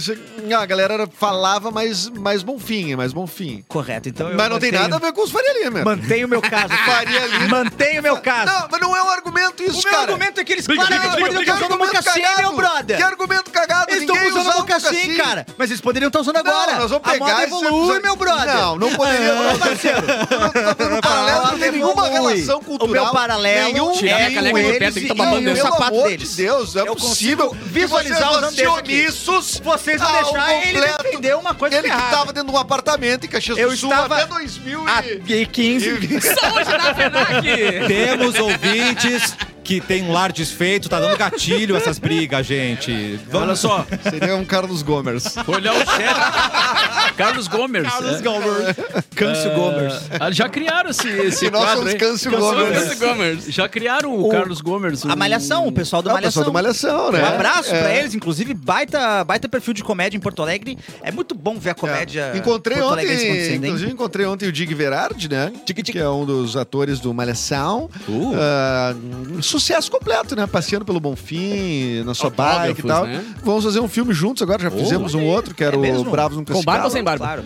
F: Ah, a galera falava mais, mais bonfim, é mais bonfim.
E: Correto. Então eu
F: Mas não tem
E: mantenho-
F: nada a ver com os Faria Limer.
E: Mantenho o meu caso.
F: Faria Lima.
E: Mantenho o meu caso.
F: Não, mas não é um argumento isso,
E: o meu
F: cara.
E: argumento é que eles
F: Não,
E: claramente
F: mas
E: poderiam
F: que
E: estar usando
F: é um argumento
E: mocassim,
F: cagado.
E: meu brother.
F: Que argumento cagado,
E: Eles estão
F: ninguém
E: usando
F: usava um
E: mocassim, cara. Mas eles poderiam estar usando agora.
F: Não, nós vamos
E: a
F: pegar
E: moda
F: esse
E: evolui,
F: episódio-
E: meu brother.
F: Não, não poderia.
E: Não, parceiro.
F: Não, tá fazendo paralelo, não tem nenhuma
E: Evolui.
J: relação cultural.
E: o meu paralelo
J: nenhum
D: tirar a
J: com
D: caneca do meu pé,
J: eles
D: tem que
J: e,
D: tomar bandeira.
J: Pelo
E: Sapato
J: amor
E: deles.
J: de Deus, é
E: Eu
J: possível
E: consigo
F: é
E: visualizar
J: que vocês
E: os andares
J: vão
E: aqui.
J: Dionisos
E: Vocês vão
J: ao
E: deixar ele
J: Ah, completo.
E: defender uma coisa
J: Ele que
E: errada.
J: estava dentro de um apartamento em Caxias
E: Eu
J: do Sul
E: estava
J: até 2000
E: Ah,
J: e...
E: e 15.
D: Saúde na FENAC!
A: Temos ouvintes que tem lar desfeito, tá dando gatilho essas brigas, gente.
C: Olha
A: Vamos
C: só,
F: Seria um Carlos Gomers.
C: vou olhar o chat. Carlos Gomers. é.
A: Gomers. Câncio Gomers.
C: Ah, já criaram esse, esse
F: E nós
C: quadro,
F: somos
C: hein?
F: Câncio
C: Nós somos
F: Gomers.
C: Câncio
A: né?
C: Gomers. Já criaram o, Carlos Gomers.
E: A
C: um-
E: Malhação, o pessoal do
F: Ah, o
E: Malhação.
F: pessoal do Malhação, né?
E: Um abraço
F: É.
E: pra eles, inclusive, baita, baita perfil de comédia em Porto Alegre. É muito bom ver a comédia.
F: É. Encontrei
E: porto
F: ontem,
E: alegrense acontecendo, hein?
F: inclusive encontrei ontem o Dig Verardi, né? Que é um dos atores do Malhação. Ah, um sucesso completo, né? Passeando pelo Bonfim, na sua bike e tal.
G: né?
F: Vamos fazer um filme juntos agora, já fizemos um outro, que era
E: É
F: o
E: mesmo?
F: Bravos no
D: Com barba ou sem barba?
E: Claro.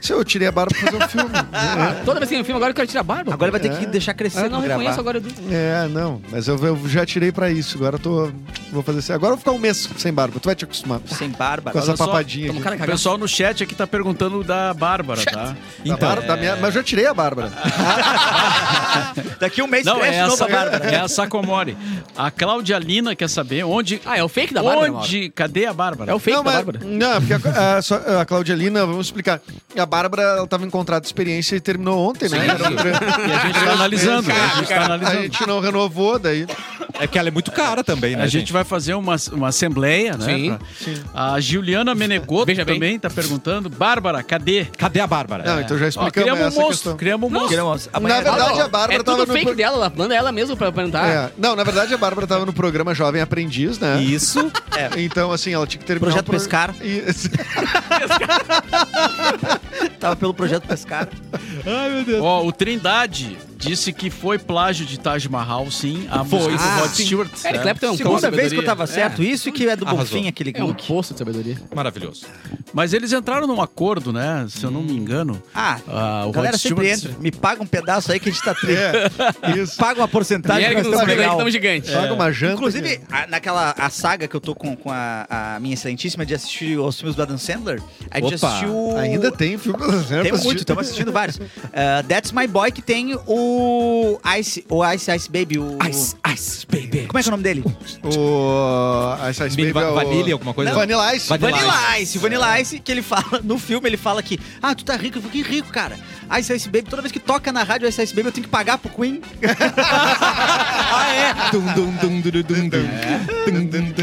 F: Se eu tirei a barba pra fazer um filme. né?
D: Toda vez que tem um filme, agora eu quero tirar a barba.
E: Agora vai ter
F: É.
E: que deixar crescer
D: eu não
E: pra gravar.
D: reconheço agora. do-
F: É, não, mas eu, eu já tirei pra isso. Agora eu tô. Vou fazer assim. Agora eu vou ficar um mês sem barba. Tu vai te acostumar
E: Sem barba.
F: com essa
C: olha só,
F: papadinha.
D: Toma
F: aqui.
D: cara
C: O
D: cagado.
C: pessoal no chat aqui tá perguntando da Bárbara, tá?
F: Da barba, da minha- mas eu já tirei a né? Bárbara.
E: Daqui um mês
C: Não, é
E: cresce
C: a,
E: novo
C: Sa-
E: a barba.
C: é a Sacomore. A Claudia Lina quer saber onde.
D: Ah, é o fake da Bárbara? Mauro?
C: onde. Cadê a Bárbara?
D: É o fake
F: não,
D: da
F: mas-
D: Bárbara?
F: Não, porque a, a, só- a Cláudia Lina, vamos explicar. A Bárbara, ela tava em contrato de experiência e terminou ontem, né? Era um tran-
C: E a gente tá analisando. A gente tá
F: A
C: analisando.
F: gente não renovou, daí.
A: É que ela é muito cara também, né,
C: A gente vai fazer uma, uma assembleia, né?
D: Sim,
C: pra- A Giuliana Menegotto
D: Veja bem. Tá
C: também tá perguntando. Bárbara, cadê?
A: Cadê a Bárbara?
F: Não, então já
C: Ó,
F: explicamos
C: criamos um
F: essa
C: monstro,
F: questão.
C: criamos um monstro.
E: Queremos- amanhã
F: Na
E: é barba.
F: verdade, a Bárbara
D: É tudo
F: estava tava
D: fake
F: no. pro-
D: dela, ela manda ela mesma pra perguntar.
F: É. Não, na verdade, a Bárbara tava no programa Jovem Aprendiz, né?
A: Isso.
F: Então, assim, ela tinha que terminar.
E: Projeto
F: o pro-
E: Pescar.
F: E-
E: Tava pelo projeto Pescar.
C: Ó, o Trindade disse que foi plágio de Taj Mahal, sim. A
A: Foi,
C: música
A: ah,
C: do Rod
A: sim.
C: Stewart. né?
D: Eric Clapton é um
C: Segundo-
D: poço
E: Segunda
D: de
E: vez que eu
D: sabedoria.
E: tava certo. Isso que é do
A: Arrasou.
E: Bonfim, aquele
D: É um
E: look.
D: poço de sabedoria.
A: Maravilhoso.
C: Mas eles entraram num acordo, né? Se eu não me engano.
E: Ah,
C: Ah, o
E: galera
C: Rod
E: sempre
C: Stewart-
E: entra. Me paga um pedaço aí que a gente tá triste.
F: É, isso.
E: Paga uma
D: e
E: porcentagem.
D: Eric é um
E: nós
D: nos convidou
E: tá
D: aí que
E: legal. né?
D: tamo gigante.
F: Paga uma janta.
E: Inclusive, a- naquela a saga que eu tô com, com a, a minha excelentíssima de assistir aos filmes do Adam Sandler, a gente
A: Opa,
E: assistiu.
F: Ainda tem filme pra
E: Tem
F: assistir.
E: muito, estamos assistindo vários. Ah, That's My Boy, que tem o Ice, o Ice Ice Baby. O...
D: Ice, ice, baby.
E: Como é que é o nome dele?
F: O. A Ice Ice
A: Big
F: Baby é
A: Va-
F: o-
A: Vanilla, alguma coisa?
F: Vanilla Ice.
A: Vanilla
E: Vanilla Ice. Vanilla Ice, que ele fala, no filme ele fala que, ah, tu tá rico, eu fiquei rico, cara. Ice Ice Baby, toda vez que toca na rádio Ice Ice Baby, eu tenho que pagar pro Queen.
A: Ah, é? Dum, dum, dum, dum, dum, dum.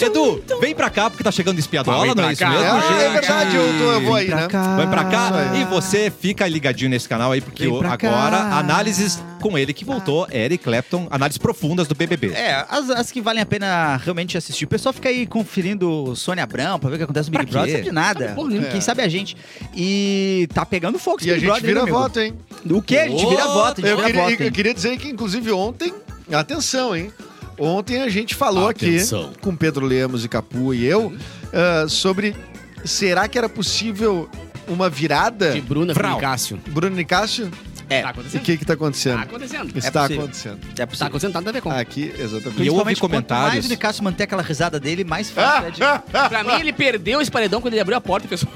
A: Edu, vem pra cá porque tá chegando espiadola, não é isso mesmo?
F: Ah,
A: gente?
F: é verdade, eu, tô- eu vou aí, né?
A: Vai pra cá
F: Isso aí.
A: e você fica ligadinho nesse canal aí, porque o- agora análises com ele que voltou, Eric Clapton, análises profundas do BBB.
E: É, as, as que valem a pena realmente assistir. O pessoal fica aí conferindo Sônia Abrão pra ver o que acontece no Big
A: Pra quê?
E: Brother. Sabe de nada.
D: Porra
E: Quem
D: nenhuma.
E: Quem sabe é a gente. E tá pegando fogo esse
F: E a
E: Big
F: gente
E: Brother, né,
F: vira
E: amigo?
F: voto, hein?
E: O quê? A gente vira voto, a gente
F: Eu
E: vira
F: queria,
E: voto.
F: eu
E: hein?
F: queria dizer que, inclusive, ontem, atenção, hein? Ontem a gente falou
C: Atenção.
F: aqui, com Pedro Lemos e Capu e eu, ah, sobre será que era possível uma virada?
D: De Bruna
A: Frau.
D: com Cássio.
F: Bruno Nicásio?
E: É.
D: Tá
F: E o
D: acontecendo?
F: que que tá
D: Tá
F: acontecendo?
D: acontecendo.
F: Está
E: Ah, possível.
F: acontecendo.
E: É
D: Tá
E: possível.
D: acontecendo, nada a ver com.
F: Aqui, exatamente.
A: E eu ouvi
E: Principalmente quanto
A: comentários.
E: mais o Nicasso manter aquela risada dele, mais fácil é de...
D: Pra mim, ele perdeu esse paredão quando ele abriu a porta e É pensou.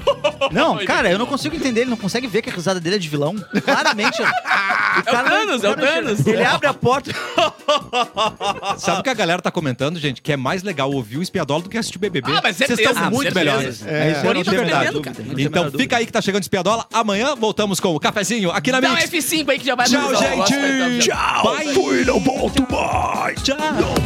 E: Não, cara, eu não consigo entender. Ele não consegue ver que a risada dele é de vilão. Claramente. o cara não-
D: Thanos, é o
E: cara não-
D: Thanos.
E: Ele abre a porta.
A: Sabe o que a galera tá comentando, gente? Que é mais legal ouvir o espiadola do que assistir o BBB.
D: Ah, mas
A: Vocês
D: certeza,
A: estão muito
D: certeza.
A: melhores.
F: É,
A: isso aí,
D: Boninho
A: não
D: tá
A: tem verdade.
D: perdendo, cara. Não
A: Então fica aí que tá chegando espiadola. Amanhã voltamos com o cafezinho aqui na
D: Dá um
A: Mix.
D: F5 aí que já vai
A: Tchau,
D: atualizar o negócio, vai dar um-
A: gente. Tchau. Fui, não volto mais. Tchau.